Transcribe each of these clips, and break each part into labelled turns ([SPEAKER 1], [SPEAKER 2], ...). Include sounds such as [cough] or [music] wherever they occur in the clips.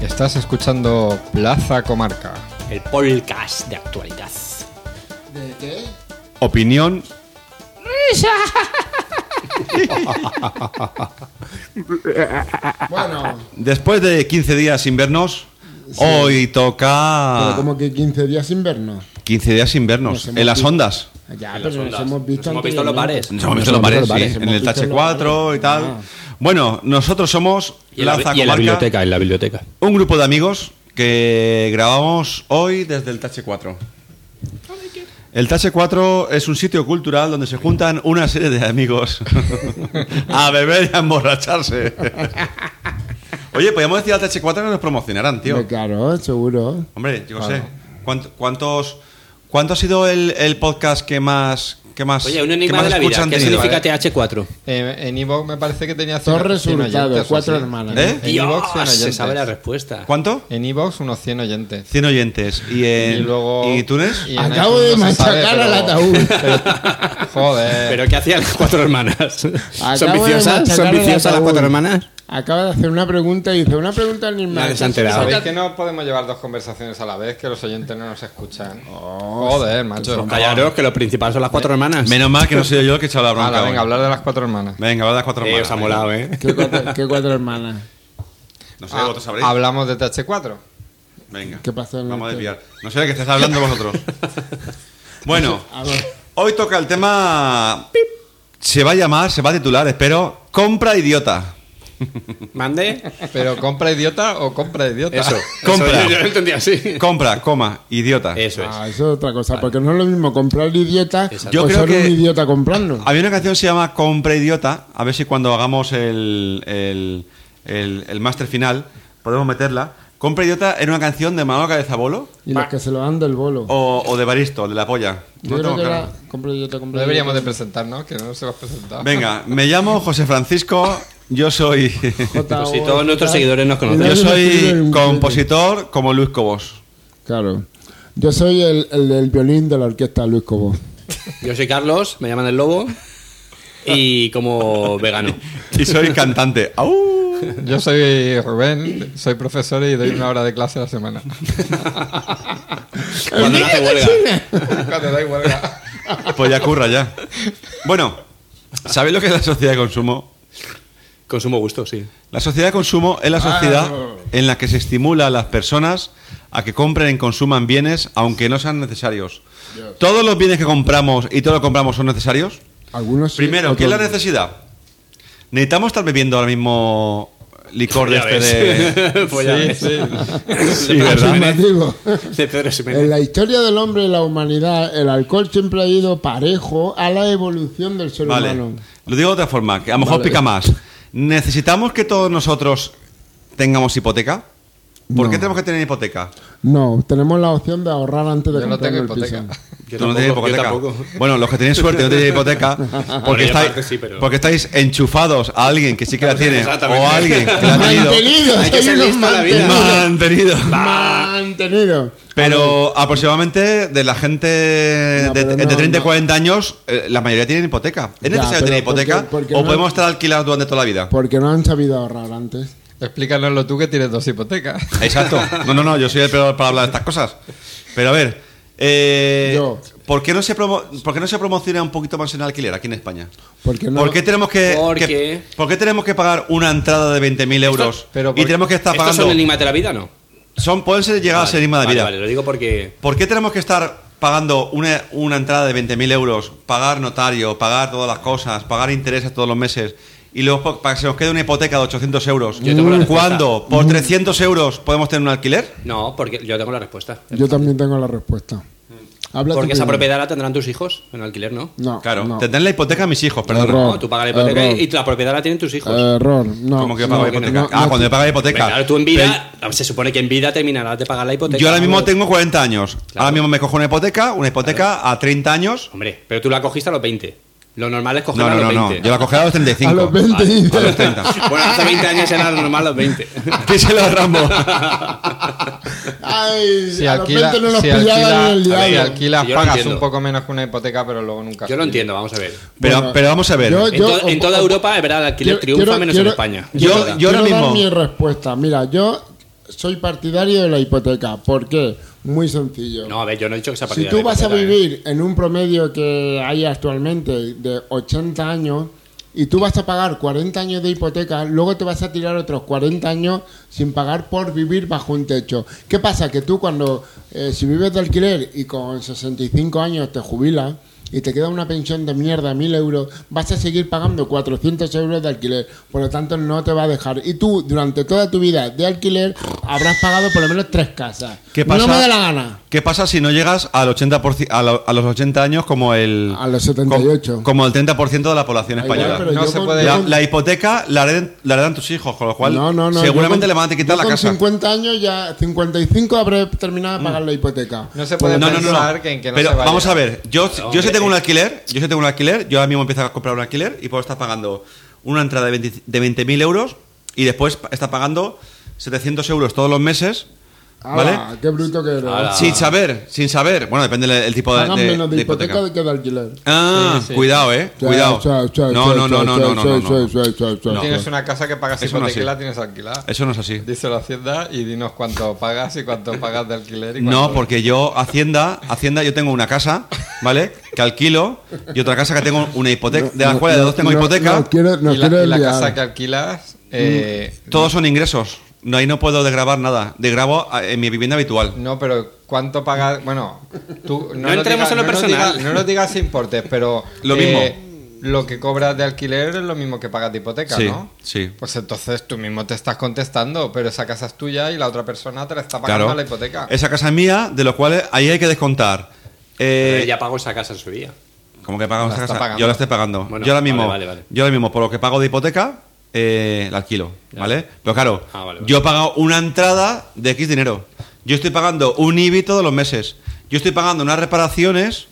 [SPEAKER 1] Estás escuchando Plaza Comarca.
[SPEAKER 2] El podcast de actualidad.
[SPEAKER 3] ¿De qué?
[SPEAKER 1] Opinión.
[SPEAKER 2] Ah.
[SPEAKER 3] Bueno,
[SPEAKER 4] Después de 15 días sin vernos, hoy
[SPEAKER 3] pero
[SPEAKER 4] toca
[SPEAKER 3] como que 15 días sin vernos.
[SPEAKER 4] 15 días sin vernos,
[SPEAKER 3] Nos hemos
[SPEAKER 4] en las
[SPEAKER 3] visto.
[SPEAKER 4] ondas.
[SPEAKER 3] Ya,
[SPEAKER 2] En las
[SPEAKER 3] pero
[SPEAKER 2] ondas.
[SPEAKER 3] nos hemos visto
[SPEAKER 2] Nos hemos visto en los
[SPEAKER 3] anteriormente.
[SPEAKER 2] bares.
[SPEAKER 4] Nos
[SPEAKER 2] Nos
[SPEAKER 4] hemos visto
[SPEAKER 3] en
[SPEAKER 4] los bares,
[SPEAKER 3] los bares,
[SPEAKER 4] sí, en
[SPEAKER 3] hemos
[SPEAKER 4] el
[SPEAKER 3] visto en los
[SPEAKER 4] TH4 y
[SPEAKER 3] bares.
[SPEAKER 4] tal.
[SPEAKER 3] Ah.
[SPEAKER 4] Bueno, nosotros somos
[SPEAKER 2] Y en la,
[SPEAKER 4] Plaza
[SPEAKER 2] y en la
[SPEAKER 4] Comarca,
[SPEAKER 2] biblioteca, en la biblioteca.
[SPEAKER 4] un grupo de amigos que grabamos hoy desde el TH4. El TH4 es un sitio cultural donde se juntan una serie de amigos [laughs] a beber y a
[SPEAKER 3] [laughs]
[SPEAKER 4] emborracharse. Oye, podríamos decir al TH4 que nos promocionaran, tío.
[SPEAKER 3] Hombre, Claro, seguro.
[SPEAKER 4] Hombre, yo qué
[SPEAKER 3] Claro.
[SPEAKER 4] sé. ¿Cuánto- ¿Cuántos, cuánto ha sido el, el podcast que más que más
[SPEAKER 2] Oye, un
[SPEAKER 4] que
[SPEAKER 2] enigma
[SPEAKER 4] más
[SPEAKER 2] de la vida.
[SPEAKER 4] escuchan
[SPEAKER 2] ¿Qué
[SPEAKER 4] tenido,
[SPEAKER 2] significa
[SPEAKER 4] eh?
[SPEAKER 2] TH4?
[SPEAKER 1] Eh, en Evox me parece que tenía cien-
[SPEAKER 3] Dos
[SPEAKER 1] cien
[SPEAKER 3] resultados,
[SPEAKER 1] oyentes,
[SPEAKER 3] cuatro
[SPEAKER 1] o así.
[SPEAKER 3] hermanas.
[SPEAKER 4] ¿Eh?
[SPEAKER 1] En iVoox, cien
[SPEAKER 2] Dios, se
[SPEAKER 1] oyentes.
[SPEAKER 2] sabe la respuesta.
[SPEAKER 4] ¿Cuánto?
[SPEAKER 1] En Evox unos 100 oyentes.
[SPEAKER 4] 100 oyentes. ¿Y, en,
[SPEAKER 1] y luego.
[SPEAKER 4] ¿y Túnez?
[SPEAKER 1] y en
[SPEAKER 3] Acabo de
[SPEAKER 1] iTunes no se
[SPEAKER 3] machacar
[SPEAKER 1] sabe,
[SPEAKER 3] al
[SPEAKER 1] pero-
[SPEAKER 3] ataúd.
[SPEAKER 1] [laughs] Joder.
[SPEAKER 2] [laughs] ¿Pero qué hacían las cuatro
[SPEAKER 4] [laughs]
[SPEAKER 2] hermanas? ¿Son
[SPEAKER 3] Acabo de
[SPEAKER 2] viciosas?
[SPEAKER 3] machacar
[SPEAKER 2] ¿Son
[SPEAKER 3] el
[SPEAKER 2] viciosas las
[SPEAKER 3] ataúd.
[SPEAKER 2] cuatro hermanas?
[SPEAKER 3] Acaba de hacer una pregunta y dice, una pregunta ni
[SPEAKER 2] Nadie
[SPEAKER 3] más.
[SPEAKER 2] se ha enterado. ¿eh?
[SPEAKER 1] Sabéis que no podemos llevar dos conversaciones a la vez, que los oyentes no nos escuchan.
[SPEAKER 2] Oh,
[SPEAKER 1] Joder, macho.
[SPEAKER 2] Callaros, que lo principal son las cuatro hermanas.
[SPEAKER 4] Menos mal que no soy yo el que he echado la bronca.
[SPEAKER 1] Hala, venga,
[SPEAKER 4] hoy.
[SPEAKER 1] hablar de las cuatro hermanas.
[SPEAKER 4] venga, va a las cuatro
[SPEAKER 2] Eh,
[SPEAKER 4] hermanas,
[SPEAKER 2] os ha
[SPEAKER 4] venga.
[SPEAKER 2] molado, ¿eh?
[SPEAKER 3] ¿Qué cuatro, qué
[SPEAKER 2] [laughs]
[SPEAKER 3] cuatro hermanas?
[SPEAKER 4] No sé,
[SPEAKER 1] Ah,
[SPEAKER 4] vosotros sabréis.
[SPEAKER 1] Hablamos de TH4.
[SPEAKER 4] Venga.
[SPEAKER 3] ¿Qué pasó en
[SPEAKER 4] Vamos a
[SPEAKER 3] el-
[SPEAKER 4] desviar. No sé de qué estáis hablando
[SPEAKER 1] [laughs]
[SPEAKER 4] vosotros. bueno,
[SPEAKER 3] A ver.
[SPEAKER 4] hoy toca el tema. Se va a llamar, se va a titular, espero. Compra idiota.
[SPEAKER 2] ¿Mande?
[SPEAKER 4] [laughs]
[SPEAKER 1] Pero compra idiota o compra idiota.
[SPEAKER 2] Eso.
[SPEAKER 4] Compra.
[SPEAKER 2] Eso [laughs] yo, yo lo entendí así.
[SPEAKER 4] Compra, coma, idiota.
[SPEAKER 2] Eso es.
[SPEAKER 3] Ah, eso es otra cosa, porque no es lo mismo comprar idiota
[SPEAKER 2] Exacto.
[SPEAKER 4] Yo
[SPEAKER 3] o
[SPEAKER 4] creo
[SPEAKER 3] ser
[SPEAKER 4] que-
[SPEAKER 3] un idiota comprando.
[SPEAKER 2] Ah.
[SPEAKER 4] Había una canción que se llama Compra Idiota. A ver si cuando hagamos el, el, el, el máster final podemos meterla. Compra Idiota era una canción de Manolo Cabezabolo
[SPEAKER 3] Y los que se lo dan del bolo.
[SPEAKER 2] Oh,
[SPEAKER 4] o, o de Baristo, de la polla. No
[SPEAKER 3] Yo creo
[SPEAKER 4] tengo
[SPEAKER 3] que
[SPEAKER 4] claro.
[SPEAKER 3] era comprar idiota,
[SPEAKER 1] No
[SPEAKER 3] comprar
[SPEAKER 1] deberíamos de
[SPEAKER 3] idiota.
[SPEAKER 1] presentarnos, que no se los presentado.
[SPEAKER 4] Venga, me llamo José Francisco. Yo
[SPEAKER 3] [laughs]
[SPEAKER 4] soy,
[SPEAKER 3] Jota,
[SPEAKER 2] Pues si todos nuestros
[SPEAKER 3] tal.
[SPEAKER 2] seguidores nos conocen.
[SPEAKER 3] Nadie
[SPEAKER 4] yo
[SPEAKER 3] nos escribe
[SPEAKER 4] soy
[SPEAKER 3] un-
[SPEAKER 4] compositor como Luis Cobos.
[SPEAKER 3] Claro. Yo soy el, el del violín de la orquesta Luis Cobo.
[SPEAKER 2] Yo soy Carlos, me llaman el
[SPEAKER 4] [laughs]
[SPEAKER 2] lobo. Y como vegano.
[SPEAKER 4] Y soy cantante. ¡Au!
[SPEAKER 1] Yo soy Rubén, soy profesor y doy una hora de clase a la semana.
[SPEAKER 2] Cuando no hace huelga.
[SPEAKER 1] Cuando da igual.
[SPEAKER 4] Pues ya curra ya. Bueno, ¿sabéis lo que es la sociedad de consumo?
[SPEAKER 2] Consumo gusto, sí.
[SPEAKER 4] La sociedad de consumo
[SPEAKER 3] Ah.
[SPEAKER 4] es la sociedad en la que se estimula a las personas a que compren y consuman bienes aunque no sean necesarios. Todos los bienes que compramos y todo lo que compramos son necesarios.
[SPEAKER 3] Algunos sí,
[SPEAKER 4] Primero, ¿qué es
[SPEAKER 3] otros
[SPEAKER 4] la
[SPEAKER 3] no.
[SPEAKER 4] necesidad? Necesitamos estar bebiendo ahora mismo licor de
[SPEAKER 2] Ya
[SPEAKER 4] este
[SPEAKER 2] ves. [laughs]
[SPEAKER 4] de...
[SPEAKER 2] Pues ya ves. [laughs]
[SPEAKER 4] Sí,
[SPEAKER 2] Pedro
[SPEAKER 4] [laughs] ¿verdad?
[SPEAKER 2] Ximénez.
[SPEAKER 3] Afirmativo.
[SPEAKER 2] De Pedro Ximénez.
[SPEAKER 3] En la historia del hombre y la humanidad, el alcohol siempre ha ido parejo a la evolución del ser
[SPEAKER 4] Vale.
[SPEAKER 3] humano.
[SPEAKER 4] Lo digo de otra forma, que a lo mejor pica más. ¿Necesitamos que todos nosotros tengamos hipoteca? ¿Por
[SPEAKER 3] No.
[SPEAKER 4] qué tenemos que tener hipoteca?
[SPEAKER 3] No, tenemos la opción de ahorrar antes de
[SPEAKER 1] Yo no
[SPEAKER 3] comprar
[SPEAKER 1] tengo
[SPEAKER 3] el piso.
[SPEAKER 1] hipoteca.
[SPEAKER 3] [laughs]
[SPEAKER 2] Yo
[SPEAKER 4] Tú no
[SPEAKER 2] tampoco,
[SPEAKER 4] tienes
[SPEAKER 2] yo tampoco.
[SPEAKER 4] Bueno, los que tenéis suerte no
[SPEAKER 2] [laughs]
[SPEAKER 4] tenéis hipoteca porque,
[SPEAKER 2] yo
[SPEAKER 4] estáis,
[SPEAKER 2] aparte sí, pero-
[SPEAKER 4] porque estáis enchufados a alguien que sí que la tiene
[SPEAKER 2] Exactamente.
[SPEAKER 4] o a alguien que la ha tenido
[SPEAKER 3] Mantenido,
[SPEAKER 2] Hay que
[SPEAKER 3] soy
[SPEAKER 2] ser
[SPEAKER 3] unos
[SPEAKER 2] listo a la vida. [laughs]
[SPEAKER 3] mantenidos.
[SPEAKER 4] mantenido.
[SPEAKER 3] Mantenido.
[SPEAKER 4] Pero aproximadamente de la gente de,
[SPEAKER 3] No, pero
[SPEAKER 4] entre
[SPEAKER 3] no,
[SPEAKER 4] 30 y
[SPEAKER 3] no.
[SPEAKER 4] 40 años, eh, la mayoría tienen hipoteca. ¿Es
[SPEAKER 3] Ya,
[SPEAKER 4] necesario
[SPEAKER 3] pero
[SPEAKER 4] tener hipoteca
[SPEAKER 3] porque- porque
[SPEAKER 4] o
[SPEAKER 3] no-
[SPEAKER 4] podemos estar alquilados durante toda la vida?
[SPEAKER 3] Porque no han sabido ahorrar antes.
[SPEAKER 1] Explícanoslo tú que tienes dos hipotecas.
[SPEAKER 4] Exacto. No, no, no, yo soy el peor para hablar de estas cosas. Pero a ver, eh,
[SPEAKER 3] Yo.
[SPEAKER 4] ¿por, qué no se promo- ¿por qué no se promociona un poquito más en alquiler aquí en España?
[SPEAKER 3] Porque no.
[SPEAKER 4] ¿Por qué tenemos que,
[SPEAKER 2] Porque-
[SPEAKER 4] que- ¿por qué tenemos que pagar una entrada de 20.000 euros
[SPEAKER 1] pero
[SPEAKER 4] y
[SPEAKER 1] por-
[SPEAKER 4] tenemos que estar
[SPEAKER 2] ¿Estos
[SPEAKER 4] pagando?
[SPEAKER 2] son
[SPEAKER 4] Son,
[SPEAKER 2] enigmas de la vida no?
[SPEAKER 4] pueden ser llegar a ser enigma de
[SPEAKER 2] vale,
[SPEAKER 4] vida.
[SPEAKER 2] Vale, lo digo porque.
[SPEAKER 4] ¿Por qué tenemos que estar pagando una, una entrada de 20.000 euros, pagar notario, pagar todas las cosas, pagar intereses todos los meses y luego po- para que se nos quede una hipoteca de 800 euros?
[SPEAKER 2] Yo tengo la respuesta.
[SPEAKER 4] ¿Cuándo? ¿Por 300 euros podemos tener un alquiler?
[SPEAKER 2] No, porque yo tengo la respuesta.
[SPEAKER 3] Yo también tengo la respuesta. Habla tú
[SPEAKER 2] Porque esa
[SPEAKER 3] primero.
[SPEAKER 2] propiedad la tendrán tus hijos en alquiler, ¿no?
[SPEAKER 3] No.
[SPEAKER 4] claro,
[SPEAKER 3] no.
[SPEAKER 4] tendrán la hipoteca a mis hijos, perdón.
[SPEAKER 3] Error.
[SPEAKER 2] No, tú pagas la hipoteca
[SPEAKER 3] Error. Eh,
[SPEAKER 2] y, y la propiedad la tienen tus hijos.
[SPEAKER 3] Error. No.
[SPEAKER 4] ¿Cómo que yo
[SPEAKER 3] no,
[SPEAKER 4] pago la
[SPEAKER 2] no,
[SPEAKER 4] hipoteca?
[SPEAKER 3] no,
[SPEAKER 4] ah,
[SPEAKER 3] no.
[SPEAKER 4] cuando yo pago la
[SPEAKER 2] Hombre,
[SPEAKER 4] hipoteca.
[SPEAKER 2] claro, tú en vida, se supone que en vida terminarás de pagar la hipoteca.
[SPEAKER 4] Yo ahora mismo tengo 40 años.
[SPEAKER 2] Claro.
[SPEAKER 4] Ahora mismo me cojo una hipoteca, una hipoteca a 30 años.
[SPEAKER 2] Hombre, pero tú la cogiste a los 20. Lo normal es
[SPEAKER 4] No,
[SPEAKER 2] cogerla
[SPEAKER 4] no,
[SPEAKER 2] a
[SPEAKER 4] no,
[SPEAKER 2] los
[SPEAKER 4] no.
[SPEAKER 2] 20.
[SPEAKER 4] Yo la cogí a los 35.
[SPEAKER 3] A los 20
[SPEAKER 4] A
[SPEAKER 3] dice.
[SPEAKER 4] los 30.
[SPEAKER 2] [laughs] Bueno, hace 20 años era lo normal los 20.
[SPEAKER 4] [laughs] Díselo, Rambo.
[SPEAKER 3] Ay,
[SPEAKER 1] Si
[SPEAKER 3] a los
[SPEAKER 1] alquila-
[SPEAKER 3] 20 no nos
[SPEAKER 1] si
[SPEAKER 3] pillaban
[SPEAKER 1] alquila-
[SPEAKER 3] en el
[SPEAKER 1] si
[SPEAKER 3] diablo.
[SPEAKER 1] alquilas,
[SPEAKER 2] Yo lo
[SPEAKER 1] pagas
[SPEAKER 2] entiendo.
[SPEAKER 1] un poco menos que una hipoteca, pero luego nunca.
[SPEAKER 2] Yo lo entiendo, vamos a ver.
[SPEAKER 4] Pero,
[SPEAKER 3] Bueno,
[SPEAKER 4] pero vamos a ver.
[SPEAKER 3] yo-
[SPEAKER 2] En, to- en toda
[SPEAKER 3] o- o-
[SPEAKER 2] Europa es verdad el alquiler
[SPEAKER 3] Quiero-
[SPEAKER 2] triunfa
[SPEAKER 3] quiero-
[SPEAKER 2] menos
[SPEAKER 3] quiero-
[SPEAKER 2] en España.
[SPEAKER 4] Yo-
[SPEAKER 2] Es verdad.
[SPEAKER 4] yo- ahora
[SPEAKER 3] Quiero
[SPEAKER 4] mismo-
[SPEAKER 3] dar mi respuesta. Mira, yo soy partidario de la hipoteca. ¿Por qué? Muy sencillo.
[SPEAKER 2] No, a ver, yo no he dicho que sea
[SPEAKER 3] si
[SPEAKER 2] partida
[SPEAKER 3] tú
[SPEAKER 2] de
[SPEAKER 3] vas a
[SPEAKER 2] hipoteca, ¿eh?
[SPEAKER 3] vivir en un promedio que hay actualmente de 80 años y tú vas a pagar 40 años de hipoteca, luego te vas a tirar otros 40 años sin pagar por vivir bajo un techo. ¿Qué pasa? Que tú cuando, eh, si vives de alquiler y con 65 años te jubilas y te queda una pensión de mierda, 1.000 euros, vas a seguir pagando 400 euros de alquiler. Por lo tanto, no te va a dejar. Y tú, durante toda tu vida de alquiler, habrás pagado por lo menos tres casas.
[SPEAKER 4] ¿Qué pasa,
[SPEAKER 3] No me da la gana.
[SPEAKER 4] ¿Qué pasa si no llegas al 80%, a, lo- a los 80 años como el...
[SPEAKER 3] A los 78.
[SPEAKER 4] com- Como el 30% de la población
[SPEAKER 3] Da igual,
[SPEAKER 4] española.
[SPEAKER 3] pero
[SPEAKER 1] No
[SPEAKER 3] yo
[SPEAKER 1] se
[SPEAKER 3] con-
[SPEAKER 1] puede-
[SPEAKER 3] yo
[SPEAKER 4] La,
[SPEAKER 3] con-
[SPEAKER 4] la hipoteca la heredan, la heredan tus hijos, con lo cual
[SPEAKER 3] No, no, no,
[SPEAKER 4] seguramente
[SPEAKER 3] yo con-
[SPEAKER 4] le van a quitar
[SPEAKER 3] yo
[SPEAKER 4] la
[SPEAKER 3] con
[SPEAKER 4] casa.
[SPEAKER 3] 50 años ya, 55 habré terminado de pagar la hipoteca. Pues,
[SPEAKER 1] No se puede
[SPEAKER 4] No, no, no,
[SPEAKER 1] pensar
[SPEAKER 4] no.
[SPEAKER 1] Que en que no
[SPEAKER 4] Pero
[SPEAKER 1] se vaya.
[SPEAKER 4] vamos a ver, yo, yo si
[SPEAKER 2] hombre,
[SPEAKER 4] tengo un
[SPEAKER 2] eh.
[SPEAKER 4] alquiler, yo si tengo un alquiler, yo ahora mismo empiezo a comprar un alquiler y puedo estar pagando una entrada de 20 de 20.000 euros y después pa- está pagando 700 euros todos los meses, ¿vale?
[SPEAKER 3] Ala, Qué bruto que eres.
[SPEAKER 2] Ala.
[SPEAKER 4] Sin saber, sin saber. Bueno, depende del el tipo de,
[SPEAKER 3] Pagan
[SPEAKER 4] de-
[SPEAKER 3] menos de,
[SPEAKER 4] de
[SPEAKER 3] hipoteca, que de alquiler.
[SPEAKER 4] Ah,
[SPEAKER 1] Sí, sí.
[SPEAKER 4] cuidado, eh.
[SPEAKER 3] Sí,
[SPEAKER 4] Cuidado.
[SPEAKER 3] sí, sí,
[SPEAKER 4] No,
[SPEAKER 3] sí,
[SPEAKER 4] no,
[SPEAKER 3] sí,
[SPEAKER 4] no, no, no,
[SPEAKER 3] sí,
[SPEAKER 4] no,
[SPEAKER 3] sí,
[SPEAKER 4] no,
[SPEAKER 3] sí, sí, sí, sí.
[SPEAKER 4] No.
[SPEAKER 1] Tienes una casa que pagas
[SPEAKER 4] Eso no
[SPEAKER 1] hipoteca y
[SPEAKER 4] así.
[SPEAKER 1] la tienes alquilada.
[SPEAKER 4] Eso no es así.
[SPEAKER 1] Díselo a Hacienda y dinos cuánto pagas y cuánto pagas de alquiler. Y
[SPEAKER 4] No,
[SPEAKER 1] cuánto-
[SPEAKER 4] porque yo, Hacienda, Hacienda, yo tengo una casa, ¿vale? Que alquilo y otra casa que tengo una hipoteca, de las
[SPEAKER 3] No,
[SPEAKER 4] cuales de dos tengo
[SPEAKER 3] no,
[SPEAKER 4] hipoteca.
[SPEAKER 3] no, quiero- nos
[SPEAKER 1] y la,
[SPEAKER 3] quiero Mm.
[SPEAKER 1] y la
[SPEAKER 3] liar.
[SPEAKER 1] casa que alquilas. eh,
[SPEAKER 4] Todos son ingresos. No, ahí no puedo desgrabar nada. Desgrabo a- en mi vivienda habitual.
[SPEAKER 1] No, pero ¿cuánto pagas? Bueno, tú
[SPEAKER 2] No
[SPEAKER 4] [laughs]
[SPEAKER 1] nos
[SPEAKER 2] entremos en lo
[SPEAKER 1] no nos
[SPEAKER 2] personal.
[SPEAKER 1] digas- No nos digas importes, pero. eh,
[SPEAKER 4] Lo
[SPEAKER 1] Lo que cobras de alquiler es lo mismo que pagas de hipoteca,
[SPEAKER 4] Sí,
[SPEAKER 1] ¿no?
[SPEAKER 4] sí.
[SPEAKER 1] Pues entonces tú mismo te estás contestando, pero esa casa es tuya y la otra persona te la está pagando
[SPEAKER 4] Claro.
[SPEAKER 1] la hipoteca.
[SPEAKER 4] Esa casa es mía, de los cuales ahí hay que descontar. Eh,
[SPEAKER 2] Pero ya pago esa casa en su día.
[SPEAKER 4] ¿Cómo que pagamos
[SPEAKER 1] La
[SPEAKER 4] esta
[SPEAKER 1] está
[SPEAKER 4] casa?
[SPEAKER 1] pagando.
[SPEAKER 4] Yo la estoy pagando.
[SPEAKER 2] Bueno,
[SPEAKER 4] yo ahora mismo,
[SPEAKER 2] vale, vale, vale.
[SPEAKER 4] yo ahora mismo por lo que pago de hipoteca, eh, la alquilo, ¿vale? Pero claro,
[SPEAKER 2] Ah, vale, vale.
[SPEAKER 4] yo he pagado una entrada de X dinero. Yo estoy pagando un IBI todos los meses. Yo estoy pagando unas reparaciones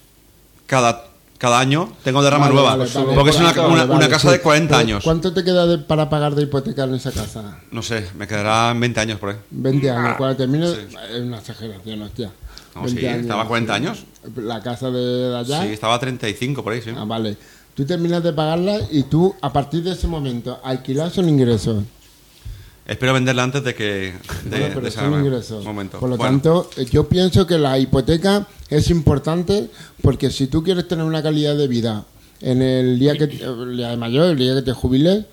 [SPEAKER 4] cada, cada año. Tengo derrama
[SPEAKER 3] Vale,
[SPEAKER 4] nueva.
[SPEAKER 3] vale, vale,
[SPEAKER 1] vale,
[SPEAKER 4] porque es una,
[SPEAKER 1] vale,
[SPEAKER 4] una-
[SPEAKER 3] vale,
[SPEAKER 4] una
[SPEAKER 3] vale,
[SPEAKER 4] casa
[SPEAKER 3] sí.
[SPEAKER 4] de 40
[SPEAKER 3] Pero,
[SPEAKER 4] años.
[SPEAKER 3] ¿Cuánto te queda de- para pagar de hipoteca en esa casa?
[SPEAKER 4] No sé, me quedarán 20 años por ahí.
[SPEAKER 3] 20 años. Cuando termines, es una exageración, hostia.
[SPEAKER 4] Ah, No, sí, estaba 40 años.
[SPEAKER 3] La casa de allá.
[SPEAKER 4] Sí, estaba 35 por ahí, sí.
[SPEAKER 3] Ah, vale. Tú terminas de pagarla y tú, a partir de ese momento, alquilar son ingresos.
[SPEAKER 4] Espero venderla antes de que... De,
[SPEAKER 3] Bueno, pero
[SPEAKER 4] de ese
[SPEAKER 3] son ingresos.
[SPEAKER 4] momento.
[SPEAKER 3] Por lo
[SPEAKER 4] Bueno,
[SPEAKER 3] tanto, eh, yo pienso que la hipoteca es importante porque si tú quieres tener una calidad de vida en el día que el día de mayor, el día que te jubiles,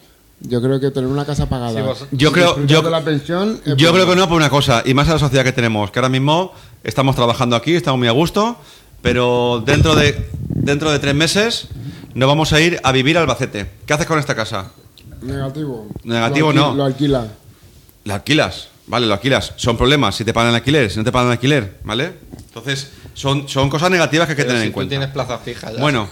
[SPEAKER 3] yo creo que tener una casa pagada.
[SPEAKER 1] Sí, vos-
[SPEAKER 4] Yo creo-
[SPEAKER 3] disfrutar
[SPEAKER 4] yo-
[SPEAKER 3] de la pensión. es
[SPEAKER 4] Yo
[SPEAKER 3] bueno.
[SPEAKER 4] creo que no por una cosa, y más a la sociedad que tenemos, que ahora mismo estamos trabajando aquí, estamos muy a gusto, pero dentro de dentro de tres meses nos vamos a ir a vivir a Albacete. ¿Qué haces con esta casa?
[SPEAKER 3] Negativo.
[SPEAKER 4] Negativo
[SPEAKER 3] Lo alqui-
[SPEAKER 4] no.
[SPEAKER 3] Lo alquila.
[SPEAKER 4] La alquilas, ¿vale? La alquilas. Son problemas si te pagan el alquiler, si no te pagan el alquiler, ¿vale? Entonces, son, son cosas negativas que hay que
[SPEAKER 1] Pero
[SPEAKER 4] tener
[SPEAKER 1] si
[SPEAKER 4] en
[SPEAKER 1] tú
[SPEAKER 4] cuenta.
[SPEAKER 1] tienes plaza fija ya.
[SPEAKER 4] Bueno,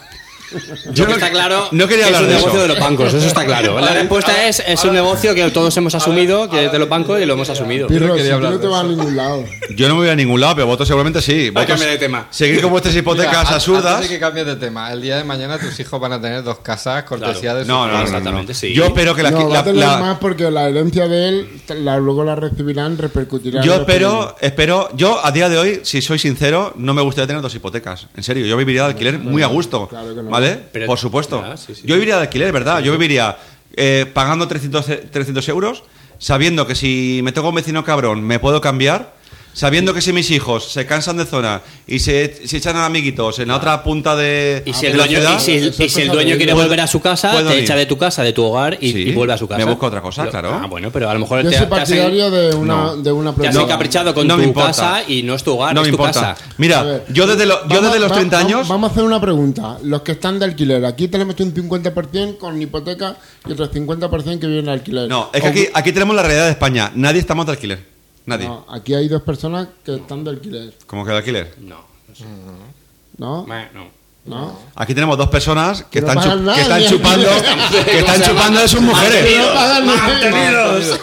[SPEAKER 2] Yo que está claro
[SPEAKER 4] no quería
[SPEAKER 2] que
[SPEAKER 4] hablar
[SPEAKER 2] es un
[SPEAKER 4] de
[SPEAKER 2] negocio
[SPEAKER 4] eso.
[SPEAKER 2] de los bancos, eso está claro. La respuesta es, es un negocio que todos hemos asumido, que es de los bancos y lo hemos asumido.
[SPEAKER 1] no
[SPEAKER 3] Pirro,
[SPEAKER 1] quería
[SPEAKER 3] si tú
[SPEAKER 1] hablar
[SPEAKER 3] no te
[SPEAKER 1] de
[SPEAKER 3] vas a
[SPEAKER 1] eso.
[SPEAKER 3] ningún lado.
[SPEAKER 4] yo no me voy a ningún lado, pero votos seguramente sí. Votos-
[SPEAKER 2] cambiar de tema.
[SPEAKER 4] Seguir con vuestras
[SPEAKER 1] Mira,
[SPEAKER 4] hipotecas
[SPEAKER 1] an-
[SPEAKER 4] absurdas.
[SPEAKER 1] Antes de que cambies de tema, el día de mañana tus hijos van a tener dos casas cortesía
[SPEAKER 2] Claro.
[SPEAKER 1] de su
[SPEAKER 4] No, no, no, no, no.
[SPEAKER 2] Exactamente, sí.
[SPEAKER 4] Yo espero que la,
[SPEAKER 3] no, va
[SPEAKER 4] la-
[SPEAKER 3] a tener
[SPEAKER 4] la-
[SPEAKER 3] más porque la herencia de él la- luego la recibirán, repercutirá.
[SPEAKER 4] Yo
[SPEAKER 3] en los
[SPEAKER 4] espero,
[SPEAKER 3] primeros.
[SPEAKER 4] espero, yo a día de hoy, si soy sincero, no me gustaría tener dos hipotecas. En serio, yo viviría de alquiler muy a gusto.
[SPEAKER 3] claro que
[SPEAKER 4] ¿Vale?
[SPEAKER 3] no.
[SPEAKER 2] Pero-
[SPEAKER 4] Por supuesto.
[SPEAKER 2] Ah, sí, sí.
[SPEAKER 4] Yo viviría de alquiler, ¿verdad? Yo viviría eh, pagando 300, e- 300 euros, sabiendo que si me toca un vecino cabrón, me puedo cambiar. Sabiendo que si mis hijos se cansan de zona y se, se echan a amiguitos en la otra punta de,
[SPEAKER 2] Y si,
[SPEAKER 4] de
[SPEAKER 2] el
[SPEAKER 4] la
[SPEAKER 2] dueño,
[SPEAKER 4] ciudad,
[SPEAKER 2] y si-
[SPEAKER 3] eso
[SPEAKER 2] y
[SPEAKER 3] es
[SPEAKER 2] si el
[SPEAKER 3] cosa
[SPEAKER 2] dueño
[SPEAKER 3] de-
[SPEAKER 2] quiere
[SPEAKER 4] Puedo-
[SPEAKER 2] volver a su casa,
[SPEAKER 4] puedo
[SPEAKER 2] te
[SPEAKER 4] ir.
[SPEAKER 2] echa de tu casa, de tu hogar y,
[SPEAKER 4] Sí,
[SPEAKER 2] y vuelve a su
[SPEAKER 4] me
[SPEAKER 2] casa.
[SPEAKER 4] busco otra cosa, claro.
[SPEAKER 2] Ah, bueno, pero a lo mejor
[SPEAKER 3] Yo
[SPEAKER 2] te,
[SPEAKER 3] soy
[SPEAKER 2] te has, en-
[SPEAKER 3] partidario de una,
[SPEAKER 4] No.
[SPEAKER 3] de una
[SPEAKER 2] te has
[SPEAKER 3] propiedad.
[SPEAKER 2] encaprichado con
[SPEAKER 4] No me
[SPEAKER 2] tu
[SPEAKER 4] importa.
[SPEAKER 2] casa y no es tu hogar,
[SPEAKER 4] no
[SPEAKER 2] Ah, es
[SPEAKER 4] me
[SPEAKER 2] tu
[SPEAKER 4] importa.
[SPEAKER 2] casa.
[SPEAKER 3] A
[SPEAKER 4] Mira,
[SPEAKER 3] ver,
[SPEAKER 4] yo desde, lo- yo
[SPEAKER 3] vamos-
[SPEAKER 4] desde los
[SPEAKER 3] va-
[SPEAKER 4] 30
[SPEAKER 3] vamos-
[SPEAKER 4] años.
[SPEAKER 3] Vamos a hacer una pregunta. Los que están de alquiler, aquí tenemos un 50% con hipoteca y otro 50% que viven de alquiler.
[SPEAKER 4] No, es que
[SPEAKER 3] O-
[SPEAKER 4] aquí, aquí tenemos la realidad de España. Nadie estamos de alquiler. Nadie.
[SPEAKER 3] no, aquí hay dos personas que están de alquiler,
[SPEAKER 4] ¿Cómo que de alquiler?
[SPEAKER 2] No, no sé.
[SPEAKER 3] ¿no?
[SPEAKER 2] Bueno.
[SPEAKER 3] ¿No?
[SPEAKER 4] Aquí tenemos dos personas que
[SPEAKER 3] No
[SPEAKER 4] están,
[SPEAKER 3] pagan
[SPEAKER 4] chu-
[SPEAKER 3] nada,
[SPEAKER 4] que están
[SPEAKER 3] ni [laughs]
[SPEAKER 4] chupando,
[SPEAKER 3] alquiler.
[SPEAKER 4] que están
[SPEAKER 2] ¿Cómo se
[SPEAKER 4] chupando de sus mujeres.
[SPEAKER 3] No pagan ni-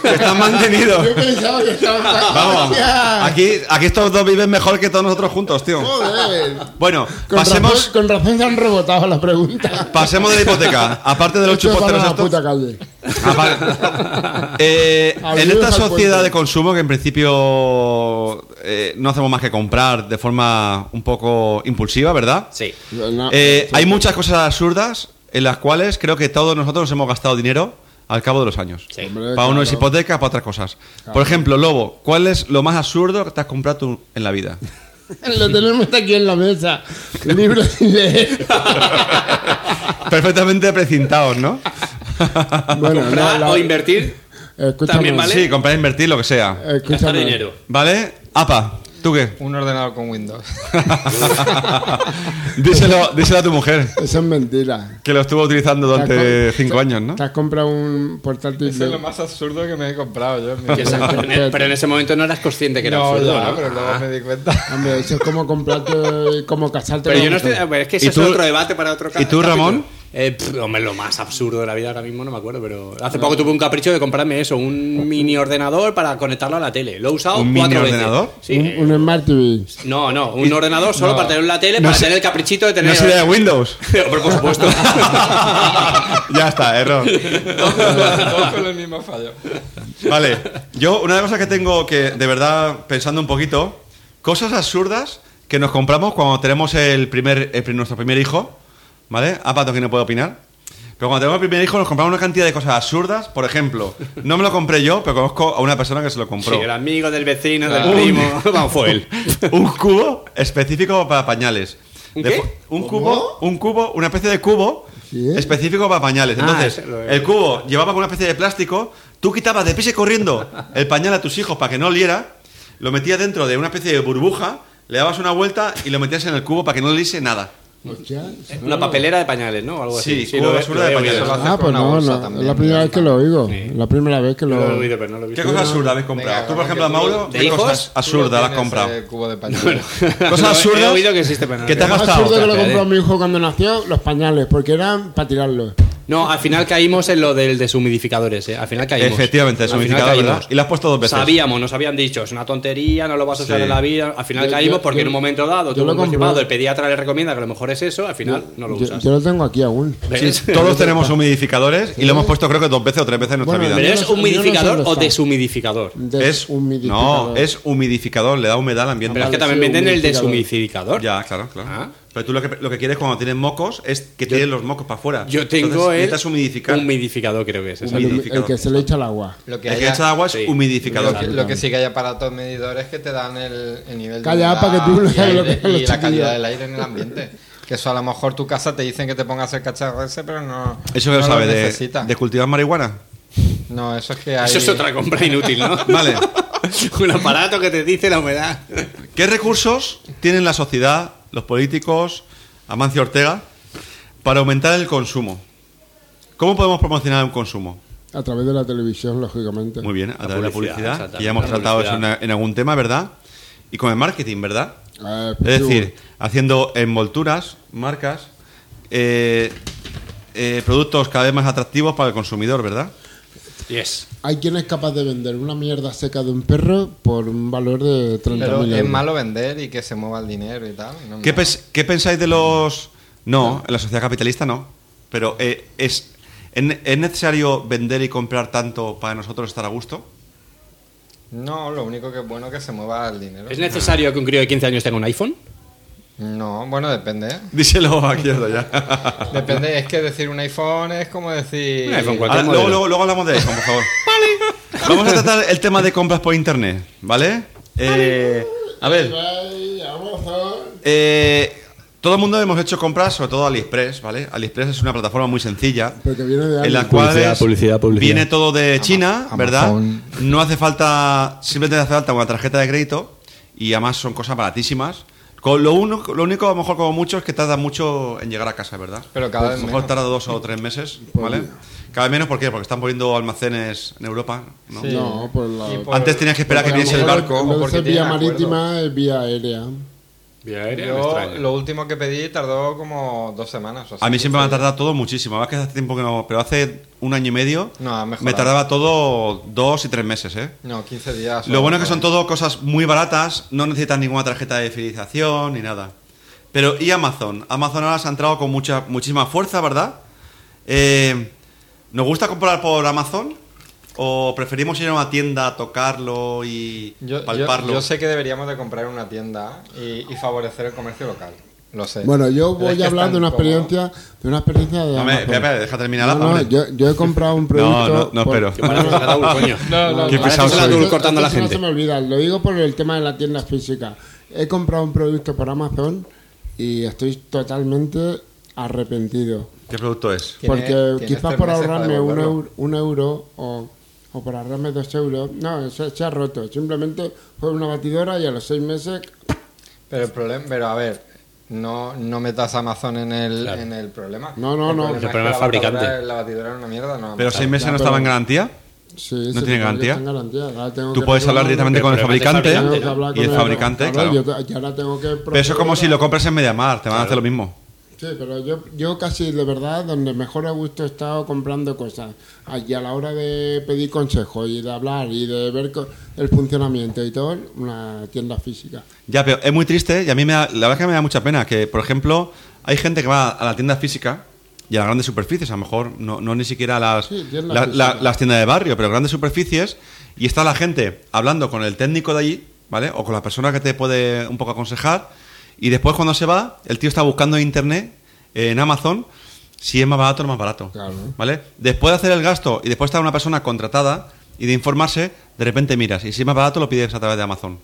[SPEAKER 4] Que están mantenidos.
[SPEAKER 3] Yo pensaba que estaban
[SPEAKER 4] [laughs] Vamos,
[SPEAKER 3] Hostia.
[SPEAKER 4] aquí, aquí estos dos viven mejor que todos nosotros juntos, tío.
[SPEAKER 3] Joder.
[SPEAKER 4] Bueno,
[SPEAKER 3] Con
[SPEAKER 4] pasemos,
[SPEAKER 3] razón- con razón se han rebotado la pregunta.
[SPEAKER 4] pasemos de la hipoteca. Aparte de los
[SPEAKER 3] Esto es para
[SPEAKER 4] chupoteros
[SPEAKER 3] la puta
[SPEAKER 4] estos.
[SPEAKER 3] calle.
[SPEAKER 4] aparte- [laughs] Eh, en
[SPEAKER 3] Abridos
[SPEAKER 4] esta
[SPEAKER 3] al
[SPEAKER 4] sociedad
[SPEAKER 3] puente.
[SPEAKER 4] de consumo que en principio eh, no hacemos más que comprar de forma un poco impulsiva, ¿verdad?
[SPEAKER 2] Sí.
[SPEAKER 3] No,
[SPEAKER 4] Eh,
[SPEAKER 3] sí.
[SPEAKER 4] hay muchas cosas absurdas en las cuales creo que todos nosotros nos hemos gastado dinero al cabo de los años.
[SPEAKER 2] Sí.
[SPEAKER 3] Hombre,
[SPEAKER 4] Para uno es
[SPEAKER 3] claro.
[SPEAKER 4] hipoteca, para otras cosas. Por ejemplo, Lobo, ¿cuál es lo más absurdo que te has comprado tú en la
[SPEAKER 3] [laughs]
[SPEAKER 4] vida?
[SPEAKER 3] [laughs] Lo tenemos aquí en la mesa. Libro sin leer.
[SPEAKER 4] Perfectamente precintados, ¿no?
[SPEAKER 3] Bueno,
[SPEAKER 2] Comprar
[SPEAKER 3] no, la-
[SPEAKER 2] o invertir.
[SPEAKER 3] escúchame,
[SPEAKER 2] también vale.
[SPEAKER 4] Sí, comprar, invertir, lo que sea.
[SPEAKER 3] escúchame.
[SPEAKER 2] Gastar
[SPEAKER 4] [laughs]
[SPEAKER 2] dinero.
[SPEAKER 4] ¿Vale? Apa, ¿tú
[SPEAKER 3] [laughs]
[SPEAKER 4] qué?
[SPEAKER 1] Un ordenador con Windows. [laughs]
[SPEAKER 4] díselo, díselo a tu mujer,
[SPEAKER 3] Eso es mentira.
[SPEAKER 4] que lo estuvo utilizando durante
[SPEAKER 3] Te has com-
[SPEAKER 4] cinco años, ¿no?
[SPEAKER 3] Te has comprado un portátil
[SPEAKER 1] Eso es lo
[SPEAKER 3] de...
[SPEAKER 1] más absurdo que me he comprado yo. en mi
[SPEAKER 2] Que
[SPEAKER 1] vida.
[SPEAKER 2] esa- pero, en, pero en ese momento no eras consciente que era
[SPEAKER 1] no,
[SPEAKER 2] absurdo,
[SPEAKER 1] ya,
[SPEAKER 2] ¿no?
[SPEAKER 1] pero luego
[SPEAKER 2] Ah.
[SPEAKER 1] me di cuenta.
[SPEAKER 3] Hombre, eso es como comprarte y como casarte.
[SPEAKER 2] Pero
[SPEAKER 3] con
[SPEAKER 2] yo no
[SPEAKER 3] otro.
[SPEAKER 2] estoy. a ver, Es que
[SPEAKER 4] ¿Y
[SPEAKER 2] ese es
[SPEAKER 4] tú-
[SPEAKER 2] otro debate para otro ca-
[SPEAKER 4] ¿Y tú,
[SPEAKER 2] capítulo.
[SPEAKER 4] Ramón?
[SPEAKER 2] Eh, pff, hombre, lo más absurdo de la vida ahora mismo no me acuerdo, pero hace poco tuve un capricho de comprarme eso, un mini ordenador para conectarlo a la tele. Lo he usado
[SPEAKER 4] ¿Un
[SPEAKER 2] cuatro
[SPEAKER 4] mini
[SPEAKER 2] veces.
[SPEAKER 4] ordenador?
[SPEAKER 2] Sí.
[SPEAKER 3] Un, un Smart TV.
[SPEAKER 2] No, no, un ordenador solo para tener la tele,
[SPEAKER 4] No
[SPEAKER 2] para
[SPEAKER 4] sé-
[SPEAKER 2] tener el caprichito de tener. [laughs]
[SPEAKER 4] No sería de Windows.
[SPEAKER 2] Pero por supuesto.
[SPEAKER 4] ya está, error.
[SPEAKER 3] [laughs]
[SPEAKER 1] Todos con el mismo fallo.
[SPEAKER 4] Vale, yo una de las cosas que tengo que, de verdad, pensando un poquito, cosas absurdas que nos compramos cuando tenemos el primer, el pri- nuestro primer hijo, ¿vale? A pato que no puedo opinar. Pero cuando tenemos el primer hijo nos compramos una cantidad de cosas absurdas. Por ejemplo, no me lo compré yo, pero conozco a una persona que se lo
[SPEAKER 2] Sí,
[SPEAKER 4] compró.
[SPEAKER 2] el amigo del vecino,
[SPEAKER 4] Un-
[SPEAKER 2] del primo. [laughs] Vamos, fue él.
[SPEAKER 4] un cubo específico para pañales.
[SPEAKER 2] ¿Un
[SPEAKER 4] De
[SPEAKER 2] qué?
[SPEAKER 4] fo- un cubo, un cubo, una especie de cubo
[SPEAKER 3] ¿Sí?
[SPEAKER 4] específico para pañales.
[SPEAKER 2] Ah,
[SPEAKER 4] Entonces,
[SPEAKER 2] ese lo he-
[SPEAKER 4] el cubo llevaba con una especie de plástico, tú quitabas de pise corriendo el pañal a tus hijos para que no oliera, lo metías dentro de una especie de burbuja, le dabas una vuelta y lo metías en el cubo para que no oliese nada.
[SPEAKER 3] Hostia,
[SPEAKER 2] Una papelera de pañales, ¿no? O algo así.
[SPEAKER 4] Sí, cubo
[SPEAKER 2] lo he-
[SPEAKER 4] basura
[SPEAKER 2] lo he
[SPEAKER 4] de
[SPEAKER 2] oído.
[SPEAKER 4] pañales.
[SPEAKER 1] hace
[SPEAKER 3] Ah,
[SPEAKER 1] con
[SPEAKER 3] pues
[SPEAKER 1] una
[SPEAKER 3] no,
[SPEAKER 1] bolsa
[SPEAKER 3] no.
[SPEAKER 1] también,
[SPEAKER 3] la primera
[SPEAKER 1] ya
[SPEAKER 3] vez que
[SPEAKER 1] está.
[SPEAKER 3] lo oigo.
[SPEAKER 2] Sí.
[SPEAKER 3] La primera vez que lo,
[SPEAKER 2] Lo he oído, pero no lo he
[SPEAKER 4] ¿Qué
[SPEAKER 2] visto. [laughs]
[SPEAKER 4] cosas absurdas habéis comprado?
[SPEAKER 1] Venga,
[SPEAKER 4] tú, por
[SPEAKER 1] Ramón,
[SPEAKER 4] ejemplo,
[SPEAKER 1] que
[SPEAKER 4] Mauro,
[SPEAKER 1] tú-
[SPEAKER 4] ¿qué
[SPEAKER 2] ¿De hijos?
[SPEAKER 4] cosas absurdas
[SPEAKER 1] Tú
[SPEAKER 4] has
[SPEAKER 1] tienes
[SPEAKER 4] comprado?
[SPEAKER 2] eh,
[SPEAKER 1] el
[SPEAKER 3] [laughs]
[SPEAKER 1] cubo de pañuelo.
[SPEAKER 4] Cosas
[SPEAKER 2] Lo he-
[SPEAKER 4] absurdas
[SPEAKER 2] He oído que existe, pero no
[SPEAKER 4] que
[SPEAKER 2] lo
[SPEAKER 4] te
[SPEAKER 2] he
[SPEAKER 4] has
[SPEAKER 3] Lo más
[SPEAKER 2] visto.
[SPEAKER 4] gastado.
[SPEAKER 3] absurdo Ah, que lo
[SPEAKER 2] Espérate.
[SPEAKER 3] compró mi hijo cuando nació, los pañales, porque eran para tirarlos.
[SPEAKER 2] No, al final caímos en lo del deshumidificador ese. Al final caímos.
[SPEAKER 4] Efectivamente,
[SPEAKER 2] Al final
[SPEAKER 4] deshumidificador,
[SPEAKER 2] caímos.
[SPEAKER 4] ¿verdad? Y lo has puesto dos veces.
[SPEAKER 2] Sabíamos, nos habían dicho, es una tontería, no lo vas a usar
[SPEAKER 4] Sí.
[SPEAKER 2] en la vida. Al final
[SPEAKER 3] Yo-
[SPEAKER 2] caímos
[SPEAKER 3] yo-
[SPEAKER 2] porque
[SPEAKER 3] yo-
[SPEAKER 2] en un momento dado,
[SPEAKER 3] yo
[SPEAKER 2] tú
[SPEAKER 3] lo
[SPEAKER 2] lo
[SPEAKER 3] compré.
[SPEAKER 2] constipado, el pediatra le recomienda que a lo mejor es eso, al final no lo
[SPEAKER 3] Yo,
[SPEAKER 2] usas.
[SPEAKER 3] yo lo tengo aquí aún.
[SPEAKER 4] Sí,
[SPEAKER 2] ¿Ves?
[SPEAKER 4] todos tenemos humidificadores y lo hemos puesto creo que dos veces o tres veces en nuestra vida.
[SPEAKER 3] Bueno,
[SPEAKER 2] ¿Pero es
[SPEAKER 3] Yo no- yo
[SPEAKER 2] humidificador
[SPEAKER 3] no sé
[SPEAKER 2] o
[SPEAKER 3] dónde está.
[SPEAKER 2] deshumidificador?
[SPEAKER 4] Es No, es humidificador, le da humedad al ambiente.
[SPEAKER 2] Pero es que
[SPEAKER 3] Vale,
[SPEAKER 2] también
[SPEAKER 3] sí,
[SPEAKER 2] venden el
[SPEAKER 3] humidificador.
[SPEAKER 2] deshumidificador.
[SPEAKER 4] Ya, claro, claro.
[SPEAKER 2] Ah.
[SPEAKER 4] Pero tú lo que, lo que quieres cuando tienes mocos es que tienes los mocos para afuera.
[SPEAKER 2] Yo tengo
[SPEAKER 4] Entonces,
[SPEAKER 2] el
[SPEAKER 4] Necesitas humidificar.
[SPEAKER 2] humidificador, creo que es. ese.
[SPEAKER 3] el,
[SPEAKER 4] humidificador.
[SPEAKER 3] que se le echa el agua.
[SPEAKER 1] Lo que
[SPEAKER 4] el que
[SPEAKER 1] haya-
[SPEAKER 4] echa agua es
[SPEAKER 2] Sí.
[SPEAKER 4] humidificador.
[SPEAKER 1] Lo que, lo que sí que hay aparatos medidores que te dan el, el nivel
[SPEAKER 3] Calla,
[SPEAKER 1] de humedad
[SPEAKER 3] pa' que tú no
[SPEAKER 1] y
[SPEAKER 3] sabes lo
[SPEAKER 1] aire-
[SPEAKER 3] que- lo
[SPEAKER 1] y la
[SPEAKER 3] chiquillo.
[SPEAKER 1] calidad del aire en el ambiente. Que eso a lo mejor tu casa te dicen que te pongas el cacharro ese, pero no.
[SPEAKER 4] Eso que
[SPEAKER 1] no
[SPEAKER 4] lo sabe de,
[SPEAKER 1] necesitas.
[SPEAKER 4] de cultivar marihuana.
[SPEAKER 1] No, eso es que hay.
[SPEAKER 2] Eso es otra compra inútil, ¿no?
[SPEAKER 4] [laughs] Vale.
[SPEAKER 2] [laughs] Un aparato que te dice la humedad.
[SPEAKER 4] ¿Qué recursos tienen la sociedad, los políticos, Amancio Ortega, para aumentar el consumo? ¿Cómo podemos promocionar un consumo?
[SPEAKER 3] A través de la televisión, lógicamente.
[SPEAKER 4] Muy bien, a
[SPEAKER 2] La
[SPEAKER 4] través de
[SPEAKER 2] publicidad,
[SPEAKER 4] la publicidad, que
[SPEAKER 2] exactamente,
[SPEAKER 4] ya hemos
[SPEAKER 2] la
[SPEAKER 4] tratado eso en,
[SPEAKER 2] publicidad.
[SPEAKER 4] una- en algún tema, ¿verdad? Y con el marketing, ¿verdad?
[SPEAKER 3] Eh,
[SPEAKER 4] Es
[SPEAKER 3] sí,
[SPEAKER 4] decir, haciendo envolturas, marcas, eh, eh, productos cada vez más atractivos para el consumidor, ¿verdad?
[SPEAKER 2] Yes.
[SPEAKER 3] hay quien es capaz de vender una mierda seca de un perro por un valor de 30.000
[SPEAKER 1] Pero
[SPEAKER 3] euros.
[SPEAKER 1] es malo vender y que se mueva el dinero y tal. No,
[SPEAKER 4] ¿Qué,
[SPEAKER 1] no.
[SPEAKER 4] pens- qué pensáis de los... No, en la sociedad capitalista no, pero eh, es, ¿en- ¿es necesario vender y comprar tanto para nosotros estar a gusto? [laughs]
[SPEAKER 1] No, lo único que es bueno es que se mueva el dinero.
[SPEAKER 2] ¿Es necesario que un crío de 15 años tenga un iPhone?
[SPEAKER 1] No, bueno, depende. ¿eh?
[SPEAKER 4] Díselo aquí ya.
[SPEAKER 1] [laughs] Depende, es que decir un iPhone es como decir.
[SPEAKER 2] Un iPhone cualquiera.
[SPEAKER 4] Ahora,
[SPEAKER 2] Cualquier
[SPEAKER 4] luego,
[SPEAKER 2] modelo.
[SPEAKER 4] luego- luego hablamos de eso, por favor. Vamos a tratar el tema de compras por internet, ¿vale? Eh, a ver.
[SPEAKER 3] Ay, abrazo.
[SPEAKER 4] Eh, todo el mundo hemos hecho compras, sobre todo AliExpress, ¿vale? AliExpress es una plataforma muy sencilla.
[SPEAKER 3] Porque viene de
[SPEAKER 4] En la
[SPEAKER 3] alguien.
[SPEAKER 4] cual
[SPEAKER 2] Publicidad,
[SPEAKER 4] es-
[SPEAKER 2] publicidad, publicidad.
[SPEAKER 4] viene todo de China,
[SPEAKER 1] Amazon.
[SPEAKER 4] ¿verdad? No hace falta, simplemente hace falta una tarjeta de crédito y además son cosas baratísimas. Con lo, uno, lo único, a lo mejor como mucho, es que tarda mucho en llegar a casa, ¿verdad? Pues,
[SPEAKER 1] Pero cada
[SPEAKER 4] a
[SPEAKER 1] vez
[SPEAKER 4] lo mejor
[SPEAKER 1] menos.
[SPEAKER 4] tarda dos o tres meses, ¿vale? Cada vez menos, ¿por qué? Porque están poniendo almacenes en Europa, ¿no?
[SPEAKER 1] Sí.
[SPEAKER 3] No, por la-
[SPEAKER 1] Y por-
[SPEAKER 4] Antes tenías que esperar a que
[SPEAKER 3] Porque
[SPEAKER 4] viniese el
[SPEAKER 3] a lo mejor
[SPEAKER 4] barco.
[SPEAKER 3] en vez de
[SPEAKER 1] porque
[SPEAKER 3] ser vía
[SPEAKER 1] tienen acuerdo.
[SPEAKER 3] marítima, es vía aérea.
[SPEAKER 2] Vía aérea, me
[SPEAKER 1] Yo
[SPEAKER 2] extraña.
[SPEAKER 1] lo último que pedí tardó como dos semanas. o así.
[SPEAKER 4] A mí siempre me ha tardado todo muchísimo. Además que hace tiempo que no, pero hace un año y medio
[SPEAKER 1] No, ha mejorado.
[SPEAKER 4] me tardaba todo dos y tres meses, ¿eh?
[SPEAKER 1] No, 15 días.
[SPEAKER 4] Lo
[SPEAKER 1] o-
[SPEAKER 4] bueno es que son todo cosas muy baratas, no necesitan ninguna tarjeta de fidelización ni nada. Pero y Amazon, Amazon ahora se ha entrado con mucha muchísima fuerza, ¿verdad? Eh, ¿Nos gusta comprar por Amazon o preferimos ir a una tienda a tocarlo y
[SPEAKER 1] Yo, yo-
[SPEAKER 4] palparlo?
[SPEAKER 1] yo sé que deberíamos de comprar una tienda y, y favorecer el comercio local. Lo sé.
[SPEAKER 3] Bueno, yo
[SPEAKER 1] Pero es
[SPEAKER 3] voy
[SPEAKER 1] que
[SPEAKER 3] a
[SPEAKER 1] es
[SPEAKER 3] hablar
[SPEAKER 1] tan
[SPEAKER 3] de una
[SPEAKER 1] incómodo.
[SPEAKER 3] experiencia, de una experiencia de
[SPEAKER 4] No, me,
[SPEAKER 3] Amazon.
[SPEAKER 4] espera, espera, deja terminar la
[SPEAKER 3] No, no,
[SPEAKER 4] palabra.
[SPEAKER 3] yo, yo he comprado un producto.
[SPEAKER 4] [laughs] No, no, no,
[SPEAKER 3] por-
[SPEAKER 4] espero.
[SPEAKER 3] [laughs] por-
[SPEAKER 2] Para la Raúl, coño.
[SPEAKER 1] No, no,
[SPEAKER 4] Qué
[SPEAKER 1] no.
[SPEAKER 2] Para
[SPEAKER 4] pesado
[SPEAKER 2] eso se la
[SPEAKER 4] soy.
[SPEAKER 2] Raúl cortando a la
[SPEAKER 3] Entonces No se
[SPEAKER 2] gente.
[SPEAKER 3] me olvida, lo digo por el tema de la tienda física. He comprado un producto por Amazon y estoy totalmente arrepentido.
[SPEAKER 4] ¿Qué producto es?
[SPEAKER 1] Tiene-
[SPEAKER 3] Porque
[SPEAKER 1] tiene este
[SPEAKER 3] quizás
[SPEAKER 1] tres
[SPEAKER 3] por
[SPEAKER 1] meses para
[SPEAKER 3] ahorrarme un
[SPEAKER 1] devolverlo.
[SPEAKER 3] euro, un euro o, o por ahorrarme dos euros, no, se, se ha roto. Simplemente fue una batidora y a los seis meses
[SPEAKER 1] Pero el problema, pero a ver, no, no metas a Amazon en el,
[SPEAKER 2] Claro.
[SPEAKER 1] en el problema.
[SPEAKER 3] No, no, no.
[SPEAKER 1] es
[SPEAKER 3] El
[SPEAKER 2] problema
[SPEAKER 1] que
[SPEAKER 2] es
[SPEAKER 1] la batidora-
[SPEAKER 2] fabricante.
[SPEAKER 1] La batidora era una mierda, no.
[SPEAKER 4] ¿Pero seis meses
[SPEAKER 3] ya,
[SPEAKER 4] no
[SPEAKER 3] pero-
[SPEAKER 4] estaba en garantía?
[SPEAKER 3] Sí, sí,
[SPEAKER 4] tiene
[SPEAKER 3] porque
[SPEAKER 4] garantía?
[SPEAKER 3] están garantías. Ahora tengo
[SPEAKER 4] Tú
[SPEAKER 3] que
[SPEAKER 4] puedes hablar
[SPEAKER 3] reclamarlo.
[SPEAKER 4] directamente con el
[SPEAKER 2] Pero el fabricante
[SPEAKER 4] fabricante
[SPEAKER 3] Tengo que hablar
[SPEAKER 4] y
[SPEAKER 3] con
[SPEAKER 4] el fabricante,
[SPEAKER 3] claro,
[SPEAKER 4] claro.
[SPEAKER 3] yo te- y ahora tengo que
[SPEAKER 4] Pero eso es como si lo compras en Mediamar, te van a hacer lo mismo.
[SPEAKER 3] Sí, pero yo, yo casi de verdad donde mejor a gusto he estado comprando cosas. Ah, Y a la hora de pedir consejo y de hablar y de ver co- el funcionamiento y todo, una tienda física.
[SPEAKER 4] Ya, pero es muy triste y a mí me da- la verdad es que me da mucha pena que, por ejemplo, hay gente que va a la tienda física y a las grandes superficies, a lo mejor no, no ni siquiera a las,
[SPEAKER 3] Sí, tiendas
[SPEAKER 4] la- la-
[SPEAKER 3] físicas.
[SPEAKER 4] las tiendas de barrio, pero grandes superficies y está la gente hablando con el técnico de allí, ¿vale? O con la persona que te puede un poco aconsejar y después cuando se va, el tío está buscando en internet, eh, en Amazon, si es más barato o más barato,
[SPEAKER 3] Claro.
[SPEAKER 4] ¿vale? Después de hacer el gasto y después de estar una persona contratada y de informarse, de repente miras y si es más barato lo pides a través de Amazon.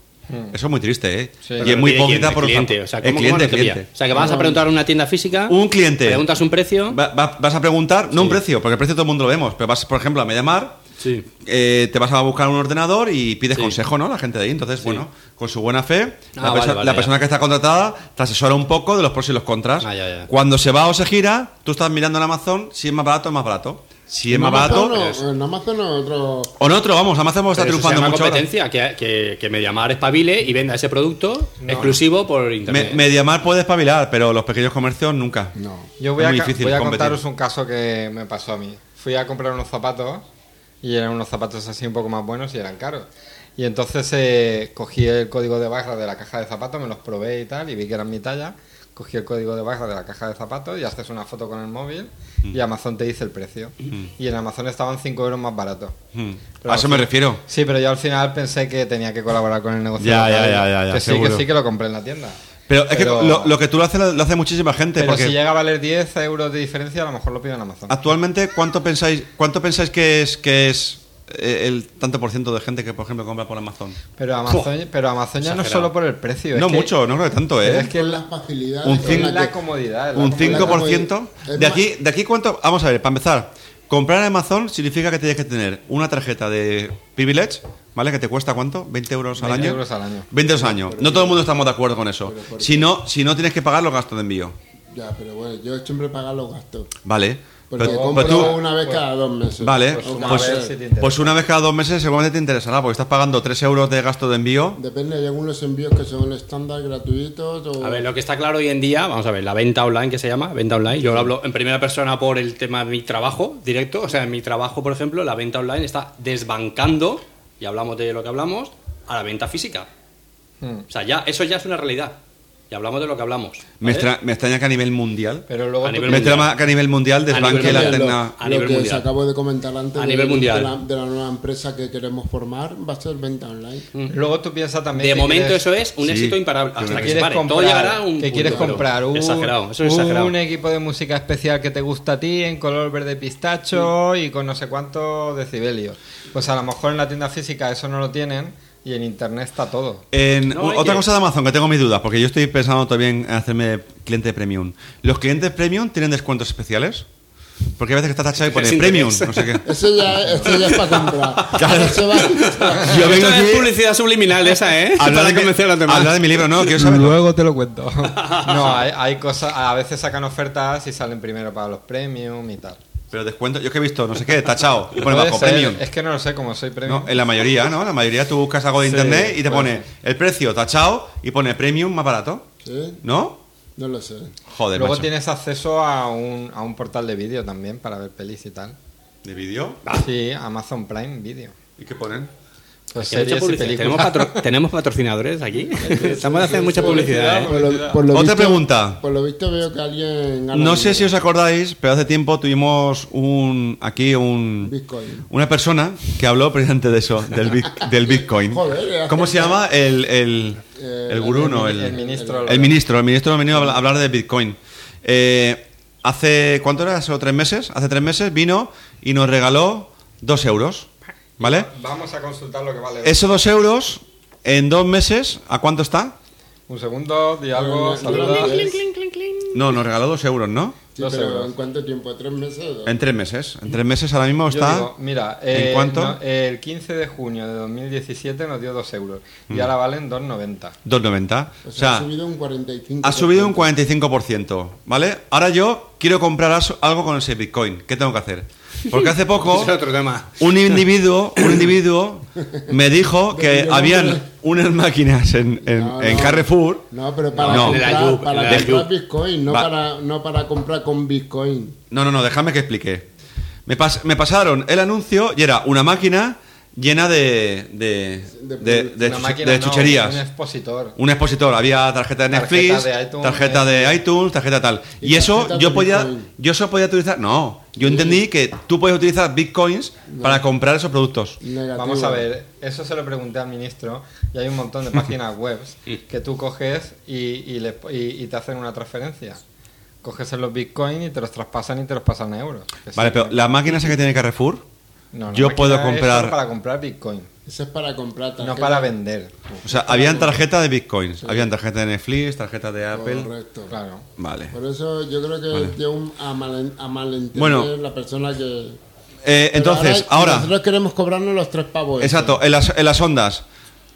[SPEAKER 4] Eso es muy triste, ¿eh?
[SPEAKER 1] Sí.
[SPEAKER 4] y es muy hipócrita por
[SPEAKER 2] por
[SPEAKER 4] los
[SPEAKER 2] cliente.
[SPEAKER 4] zap-
[SPEAKER 2] O sea,
[SPEAKER 4] el
[SPEAKER 2] ¿cómo, cómo
[SPEAKER 4] cliente,
[SPEAKER 2] no te
[SPEAKER 4] cliente.
[SPEAKER 2] pilla? O sea, que vas a preguntar a una tienda física.
[SPEAKER 4] Un cliente.
[SPEAKER 2] Preguntas un precio.
[SPEAKER 4] Va- va- vas a preguntar, no un precio, porque el precio todo el mundo lo vemos, pero vas, por ejemplo, a Mediamar,
[SPEAKER 2] Sí.
[SPEAKER 4] eh, te vas a buscar un ordenador y pides
[SPEAKER 2] Sí.
[SPEAKER 4] consejo, ¿no? La gente de ahí. Entonces, bueno, con su buena fe,
[SPEAKER 2] Ah,
[SPEAKER 4] la,
[SPEAKER 2] vale,
[SPEAKER 4] perso-
[SPEAKER 2] vale,
[SPEAKER 4] la
[SPEAKER 2] ya.
[SPEAKER 4] persona que está contratada te asesora un poco de los pros y los contras.
[SPEAKER 2] Ah, ya, ya.
[SPEAKER 4] Cuando se va o se gira, tú estás mirando en Amazon si es más barato o más barato. Si es
[SPEAKER 3] En
[SPEAKER 4] más
[SPEAKER 3] Amazon
[SPEAKER 4] barato.
[SPEAKER 3] o-
[SPEAKER 4] es-
[SPEAKER 3] en Amazon o otro...
[SPEAKER 4] O en otro, vamos, Amazon está
[SPEAKER 2] Pero eso se
[SPEAKER 4] triunfando
[SPEAKER 2] llama
[SPEAKER 4] mucho. ahora.
[SPEAKER 2] competencia que, que, que Mediamar espabile y venda ese producto exclusivo por
[SPEAKER 4] Me-
[SPEAKER 2] internet.
[SPEAKER 4] Mediamar puede espabilar, pero los pequeños comercios nunca.
[SPEAKER 3] No.
[SPEAKER 1] Yo voy
[SPEAKER 4] Es
[SPEAKER 1] a,
[SPEAKER 4] muy
[SPEAKER 1] ca-
[SPEAKER 4] difícil
[SPEAKER 1] voy a
[SPEAKER 4] competir.
[SPEAKER 1] contaros un caso que me pasó a mí. Fui a comprar unos zapatos y eran unos zapatos así un poco más buenos y eran caros. Y entonces eh, cogí el código de barra de la caja de zapatos, me los probé y tal, y vi que eran mi talla. Cogí el código de barra de la caja de zapatos y haces una foto con el móvil
[SPEAKER 4] Mm.
[SPEAKER 1] y Amazon te dice el precio. Y en Amazon estaban 5 euros más baratos.
[SPEAKER 4] Hmm.
[SPEAKER 1] Pero
[SPEAKER 4] A eso
[SPEAKER 1] al
[SPEAKER 4] me
[SPEAKER 1] fin-
[SPEAKER 4] refiero.
[SPEAKER 1] Sí, pero yo al final pensé que tenía que colaborar con el negocio.
[SPEAKER 4] Ya,
[SPEAKER 1] local.
[SPEAKER 4] ya, ya, ya, ya,
[SPEAKER 1] que sí,
[SPEAKER 4] seguro.
[SPEAKER 1] que sí, que lo compré en la tienda.
[SPEAKER 4] Pero es
[SPEAKER 1] Pero-
[SPEAKER 4] que lo, lo que tú lo haces lo, lo hace muchísima gente.
[SPEAKER 1] Pero
[SPEAKER 4] porque
[SPEAKER 1] si llega a valer 10 euros de diferencia, a lo mejor lo pido en Amazon.
[SPEAKER 4] Actualmente, ¿cuánto pensáis, cuánto pensáis que es que es eh, el tanto por ciento de gente que, por ejemplo, compra por Amazon?
[SPEAKER 1] Pero Amazon, pero Amazon ya no
[SPEAKER 2] Exagerado.
[SPEAKER 1] solo por el precio.
[SPEAKER 4] no
[SPEAKER 1] es que-
[SPEAKER 4] mucho, no creo que tanto,
[SPEAKER 1] pero
[SPEAKER 4] ¿eh?
[SPEAKER 1] es que
[SPEAKER 3] Con las facilidades.
[SPEAKER 4] un
[SPEAKER 3] con
[SPEAKER 1] es
[SPEAKER 4] cinco-
[SPEAKER 3] las
[SPEAKER 1] la
[SPEAKER 3] que-
[SPEAKER 1] comodidad. la
[SPEAKER 4] Un
[SPEAKER 1] comodidad.
[SPEAKER 4] 5%.
[SPEAKER 3] Es
[SPEAKER 4] De
[SPEAKER 3] más-
[SPEAKER 4] aquí, de aquí cuánto. Vamos a ver, para empezar, comprar en Amazon significa que tienes que tener una tarjeta de Privilege, ¿vale? Que te cuesta cuánto? ¿20 euros al
[SPEAKER 1] 20
[SPEAKER 4] año?
[SPEAKER 1] euros al año.
[SPEAKER 4] 20 euros al año. No todo el mundo estamos de acuerdo con eso. Si no, si no tienes que pagar los gastos de envío.
[SPEAKER 3] Ya, pero bueno, yo siempre pago los gastos.
[SPEAKER 4] Vale.
[SPEAKER 3] Porque
[SPEAKER 4] Pero-
[SPEAKER 3] compro
[SPEAKER 4] pero Pues tú-
[SPEAKER 3] una vez cada dos meses.
[SPEAKER 4] Vale,
[SPEAKER 1] Pues
[SPEAKER 3] O
[SPEAKER 1] una
[SPEAKER 3] cada
[SPEAKER 4] pues,
[SPEAKER 1] vez si
[SPEAKER 3] mes.
[SPEAKER 1] te interesa.
[SPEAKER 4] pues una vez cada dos meses seguramente te interesará, porque estás pagando 3 euros de gasto de envío.
[SPEAKER 3] Depende, hay algunos envíos que son estándar, gratuitos o...
[SPEAKER 2] A ver, lo que está claro hoy en día, vamos a ver, la venta online que se llama, venta online, yo lo hablo en primera persona por el tema de mi trabajo directo, o sea, en mi trabajo, por ejemplo, la venta online está desbancando, y hablamos de lo que hablamos, a la venta física.
[SPEAKER 1] Mm.
[SPEAKER 2] O sea, ya, eso ya es una realidad. Y hablamos de lo que hablamos. ¿vale?
[SPEAKER 4] Me, extra- me extraña que a nivel mundial.
[SPEAKER 1] Pero luego
[SPEAKER 2] A
[SPEAKER 1] tú-
[SPEAKER 2] nivel
[SPEAKER 4] Me extraña que a nivel mundial desbanque
[SPEAKER 2] nivel
[SPEAKER 4] la
[SPEAKER 2] mundial,
[SPEAKER 4] terna.
[SPEAKER 2] no. a
[SPEAKER 3] lo
[SPEAKER 2] nivel
[SPEAKER 3] que
[SPEAKER 2] mundial.
[SPEAKER 3] se acabó de comentar antes
[SPEAKER 2] A
[SPEAKER 3] de,
[SPEAKER 2] nivel mundial.
[SPEAKER 3] de la, de la nueva empresa que queremos formar va a ser venta online.
[SPEAKER 1] Luego tú piensas también.
[SPEAKER 2] Mm. De
[SPEAKER 1] que
[SPEAKER 2] momento
[SPEAKER 1] quieres-
[SPEAKER 2] eso es un
[SPEAKER 4] Sí,
[SPEAKER 2] éxito imparable.
[SPEAKER 4] que
[SPEAKER 2] Hasta que se
[SPEAKER 1] quieres
[SPEAKER 2] pare.
[SPEAKER 1] comprar,
[SPEAKER 2] Todo llegará a un
[SPEAKER 1] que
[SPEAKER 2] punto,
[SPEAKER 1] quieres
[SPEAKER 2] pero
[SPEAKER 1] comprar un,
[SPEAKER 2] Exagerado, eso es
[SPEAKER 1] un
[SPEAKER 2] exagerado.
[SPEAKER 1] equipo de música especial que te gusta a ti en color verde pistacho
[SPEAKER 2] Mm.
[SPEAKER 1] y con no sé cuántos decibelios. Pues a lo mejor en la tienda física eso no lo tienen y en internet está todo.
[SPEAKER 4] En-
[SPEAKER 2] No,
[SPEAKER 4] u-
[SPEAKER 2] es
[SPEAKER 4] otra
[SPEAKER 2] que-
[SPEAKER 4] cosa de Amazon que tengo mis dudas, porque yo estoy pensando todavía en hacerme cliente premium. ¿Los clientes premium tienen descuentos especiales? Porque hay veces que está tachado y pone
[SPEAKER 2] Sin
[SPEAKER 4] premium,
[SPEAKER 2] interés.
[SPEAKER 4] no sé qué.
[SPEAKER 3] Eso ya, eso ya es para comprar. Ahora se va-
[SPEAKER 4] [laughs] Yo vengo
[SPEAKER 2] Esto es
[SPEAKER 4] aquí
[SPEAKER 2] publicidad subliminal esa, ¿eh?
[SPEAKER 4] a
[SPEAKER 2] [laughs]
[SPEAKER 4] hablar,
[SPEAKER 2] Para
[SPEAKER 4] de mi,
[SPEAKER 2] convencer a los demás.
[SPEAKER 4] a hablar de mi libro, no, quiero saberlo.
[SPEAKER 1] Luego te lo
[SPEAKER 4] [laughs]
[SPEAKER 1] cuento. No, hay, hay cosas. A veces sacan ofertas y salen primero para los premium y tal.
[SPEAKER 4] Pero descuento, yo es que he visto, no sé qué, tachado. Y pone
[SPEAKER 1] Puede
[SPEAKER 4] bajo
[SPEAKER 1] ser,
[SPEAKER 4] premium.
[SPEAKER 1] Es que no lo sé, como soy premium.
[SPEAKER 4] No, en la mayoría, ¿no? La mayoría tú buscas algo de
[SPEAKER 1] Sí,
[SPEAKER 4] internet y te
[SPEAKER 1] puede
[SPEAKER 4] pone
[SPEAKER 1] ser.
[SPEAKER 4] el precio tachado y pone premium más barato.
[SPEAKER 3] Sí,
[SPEAKER 4] ¿No?
[SPEAKER 3] No lo sé.
[SPEAKER 4] Joder,
[SPEAKER 1] Luego
[SPEAKER 4] macho.
[SPEAKER 1] tienes acceso a un, a un portal de vídeo también para ver pelis y tal.
[SPEAKER 4] ¿De vídeo?
[SPEAKER 1] Sí, Amazon Prime Video.
[SPEAKER 4] ¿Y qué ponen?
[SPEAKER 1] Pues
[SPEAKER 2] Que he hecho
[SPEAKER 1] series y
[SPEAKER 2] publicidad. ¿Tenemos,
[SPEAKER 1] películas.
[SPEAKER 2] patro- tenemos
[SPEAKER 1] [laughs]
[SPEAKER 2] patrocinadores aquí. Estamos haciendo mucha publicidad. ¿eh?
[SPEAKER 3] Por lo- por lo
[SPEAKER 4] Otra
[SPEAKER 3] visto-
[SPEAKER 4] pregunta.
[SPEAKER 3] Por lo visto veo que alguien gana
[SPEAKER 4] No sé si
[SPEAKER 3] dinero.
[SPEAKER 4] os acordáis, pero hace tiempo tuvimos un aquí un
[SPEAKER 3] Bitcoin.
[SPEAKER 4] una persona que habló precisamente de eso, del, [laughs] bit- del Bitcoin.
[SPEAKER 3] Joder, era-
[SPEAKER 4] ¿Cómo se llama? El, el,
[SPEAKER 3] Eh,
[SPEAKER 4] el gurú, no,
[SPEAKER 1] el
[SPEAKER 4] el,
[SPEAKER 1] ministro.
[SPEAKER 4] El ministro, el ministro ha venido a habla- a hablar de Bitcoin. Eh, hace, ¿cuánto era? ¿Hace tres meses? Hace tres meses vino y nos regaló dos euros, ¿vale?
[SPEAKER 1] Vamos a consultar lo que vale.
[SPEAKER 4] Esos dos euros, en dos meses, ¿a cuánto está?
[SPEAKER 1] Un segundo, di algo,
[SPEAKER 3] No, no, no,
[SPEAKER 1] saluda.
[SPEAKER 3] no, no,
[SPEAKER 4] No, nos regaló dos euros, ¿no?
[SPEAKER 3] Sí,
[SPEAKER 1] Dos
[SPEAKER 3] pero
[SPEAKER 1] euros.
[SPEAKER 3] ¿En cuánto tiempo? ¿Tres meses?
[SPEAKER 4] En tres meses. En tres meses ahora mismo
[SPEAKER 1] Yo
[SPEAKER 4] está...
[SPEAKER 1] digo, mira,
[SPEAKER 4] ¿En
[SPEAKER 1] eh,
[SPEAKER 4] cuánto?
[SPEAKER 1] no, el 15 de junio de 2017 nos dio 2 euros
[SPEAKER 4] Mm.
[SPEAKER 1] y ahora valen 2,90.
[SPEAKER 4] 2,90.
[SPEAKER 3] O sea, ha subido un 45.
[SPEAKER 4] Ha subido un 45%, ¿vale? Ahora yo quiero comprar as- algo con ese Bitcoin. ¿Qué tengo que hacer? Porque hace poco
[SPEAKER 2] Ese [laughs] es otro tema.
[SPEAKER 4] un individuo, un individuo me
[SPEAKER 3] [laughs]
[SPEAKER 4] dijo que
[SPEAKER 3] Venga,
[SPEAKER 4] habían
[SPEAKER 3] hombre.
[SPEAKER 4] unas máquinas en, en-
[SPEAKER 3] No,
[SPEAKER 4] en
[SPEAKER 3] no.
[SPEAKER 4] Carrefour.
[SPEAKER 3] No, pero para
[SPEAKER 4] No.
[SPEAKER 3] comprar,
[SPEAKER 2] En la Yup,
[SPEAKER 3] para
[SPEAKER 2] en la
[SPEAKER 3] comprar
[SPEAKER 2] Yup.
[SPEAKER 3] Bitcoin, no
[SPEAKER 4] Va.
[SPEAKER 3] para, no para comprar con Bitcoin.
[SPEAKER 4] No, no, no, déjame que explique. Me, pas- me pasaron el anuncio y era una máquina llena de, de,
[SPEAKER 3] De-
[SPEAKER 4] de- de
[SPEAKER 1] Una
[SPEAKER 4] chuche-
[SPEAKER 1] máquina,
[SPEAKER 4] de
[SPEAKER 1] no,
[SPEAKER 4] chucherías.
[SPEAKER 1] un expositor.
[SPEAKER 4] un expositor, había tarjeta de
[SPEAKER 1] Tarjeta
[SPEAKER 4] Netflix,
[SPEAKER 1] de iTunes,
[SPEAKER 4] tarjeta de iTunes, tarjeta tal.
[SPEAKER 3] Y
[SPEAKER 4] Y, eso
[SPEAKER 3] tarjeta de
[SPEAKER 4] yo podía,
[SPEAKER 3] Bitcoin.
[SPEAKER 4] yo eso podía utilizar. No, yo entendí que tú puedes utilizar bitcoins para comprar esos productos.
[SPEAKER 3] Negativo.
[SPEAKER 1] Vamos a ver, eso se lo pregunté al ministro y hay un montón de
[SPEAKER 4] [laughs]
[SPEAKER 1] páginas web que tú coges y, y le- y- y te hacen una transferencia. Coges en los bitcoins y te los traspasan y te los pasan a euros. Que
[SPEAKER 4] Vale,
[SPEAKER 1] sí.
[SPEAKER 4] pero la máquina esa que tiene Carrefour,
[SPEAKER 1] No, la
[SPEAKER 4] yo
[SPEAKER 1] máquina
[SPEAKER 4] puedo
[SPEAKER 1] es
[SPEAKER 4] comprar-
[SPEAKER 1] para comprar bitcoin,
[SPEAKER 3] Eso es para comprar
[SPEAKER 1] no
[SPEAKER 3] tarjeta.
[SPEAKER 1] para vender.
[SPEAKER 4] o sea, habían tarjeta de bitcoins, habían tarjeta de Netflix, tarjeta de Apple.
[SPEAKER 3] Correcto.
[SPEAKER 1] Claro.
[SPEAKER 4] Vale.
[SPEAKER 3] Por eso yo creo que dio un, a, mal, a malentender
[SPEAKER 4] Bueno.
[SPEAKER 3] la persona que...
[SPEAKER 4] Eh,
[SPEAKER 3] Pero
[SPEAKER 4] entonces, ahora,
[SPEAKER 3] Nosotros queremos cobrarnos los tres pavos. esos.
[SPEAKER 4] exacto, en las, en las ondas.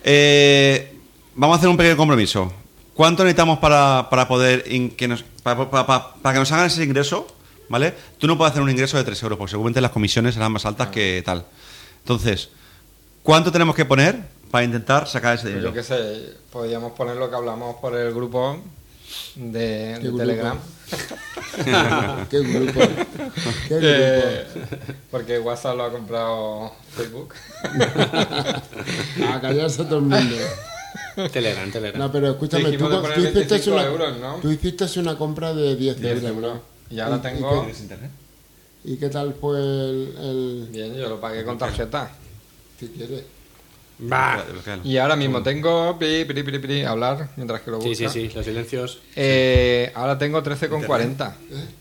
[SPEAKER 4] Eh, vamos a hacer un pequeño compromiso. ¿Cuánto necesitamos para, para poder in- que nos, para, para- para- para que nos hagan ese ingreso? ¿Vale? Tú no puedes hacer un ingreso de 3 euros, porque seguramente las comisiones serán más altas que tal. Entonces, ¿cuánto tenemos que poner para intentar sacar ese
[SPEAKER 1] Pues
[SPEAKER 4] dinero?
[SPEAKER 1] yo qué sé, podríamos poner lo que hablamos por el grupo de, de
[SPEAKER 3] grupo?
[SPEAKER 1] Telegram.
[SPEAKER 3] Ah, Qué grupo. Qué grupo.
[SPEAKER 1] Eh, porque WhatsApp lo ha comprado
[SPEAKER 3] [laughs]
[SPEAKER 1] Facebook. [laughs]
[SPEAKER 3] A callarse todo el mundo.
[SPEAKER 2] [laughs] Telegram, Telegram.
[SPEAKER 3] No, pero escúchame, tú,
[SPEAKER 1] Dijimos de
[SPEAKER 3] co- tú
[SPEAKER 1] poner
[SPEAKER 3] hiciste
[SPEAKER 1] 25
[SPEAKER 3] una,
[SPEAKER 1] euros, ¿no?
[SPEAKER 3] tú hiciste una compra de 10
[SPEAKER 1] 10
[SPEAKER 3] euros.
[SPEAKER 1] euros. Y
[SPEAKER 3] ¿Y-
[SPEAKER 1] ahora
[SPEAKER 3] y
[SPEAKER 1] tengo.
[SPEAKER 3] qué- ¿Y qué tal fue el, el-
[SPEAKER 1] Bien, yo lo pagué con tarjeta.
[SPEAKER 3] si quieres?
[SPEAKER 4] Ah.
[SPEAKER 2] Bah.
[SPEAKER 1] Y ahora mismo tengo. Pri, pri, pri, pri, hablar mientras que lo busca.
[SPEAKER 2] Sí, sí, sí, los silencios.
[SPEAKER 1] Eh, ahora tengo 13,40.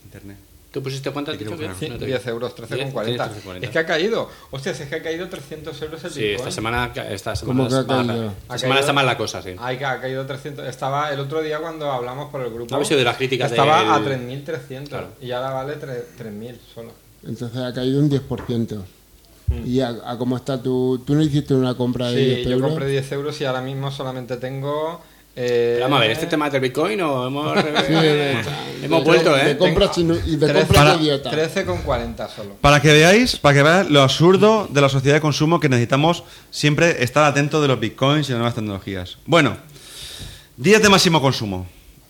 [SPEAKER 4] Internet.
[SPEAKER 2] ¿Tú pusiste cuánto has dicho que
[SPEAKER 1] Sí,
[SPEAKER 2] era? No te-
[SPEAKER 1] 10 euros, 13,40.
[SPEAKER 2] 13,40.
[SPEAKER 1] Es que ha caído. Hostias, es que ha caído 300 euros el
[SPEAKER 2] Sí,
[SPEAKER 1] Bitcoin.
[SPEAKER 2] esta semana, esta semana,
[SPEAKER 3] ¿Cómo que ha
[SPEAKER 2] está mala.
[SPEAKER 3] cambiado?
[SPEAKER 2] Esta
[SPEAKER 1] Ha
[SPEAKER 2] semana está
[SPEAKER 1] caído-
[SPEAKER 2] mal la cosa, sí.
[SPEAKER 1] Ay, que ha caído 300. Estaba el otro día cuando hablamos por el grupo.
[SPEAKER 2] No habéis oído las críticas
[SPEAKER 1] Estaba
[SPEAKER 2] del-
[SPEAKER 1] a 3.300
[SPEAKER 2] Claro.
[SPEAKER 1] y ahora vale tres- 3.000 solo.
[SPEAKER 3] Entonces ha caído un 10%. ¿Y a, a cómo está tu... ¿Tú no hiciste una compra de
[SPEAKER 1] Hmm. Sí,
[SPEAKER 3] 10
[SPEAKER 1] yo
[SPEAKER 3] euros?
[SPEAKER 1] compré 10 euros y ahora mismo solamente tengo. eh,
[SPEAKER 2] Pero vamos a ver, ¿este tema es del Bitcoin o hemos,
[SPEAKER 3] de-
[SPEAKER 2] hemos
[SPEAKER 3] de-
[SPEAKER 2] vuelto,
[SPEAKER 3] de
[SPEAKER 2] eh?
[SPEAKER 3] compras inu- y de
[SPEAKER 1] trece-
[SPEAKER 3] compras
[SPEAKER 1] para-
[SPEAKER 3] de dieta.
[SPEAKER 1] 13,40 solo.
[SPEAKER 4] Para que veáis, para que veáis lo absurdo de la sociedad de consumo que necesitamos siempre estar atentos de los bitcoins y las nuevas tecnologías. Bueno, días de máximo consumo.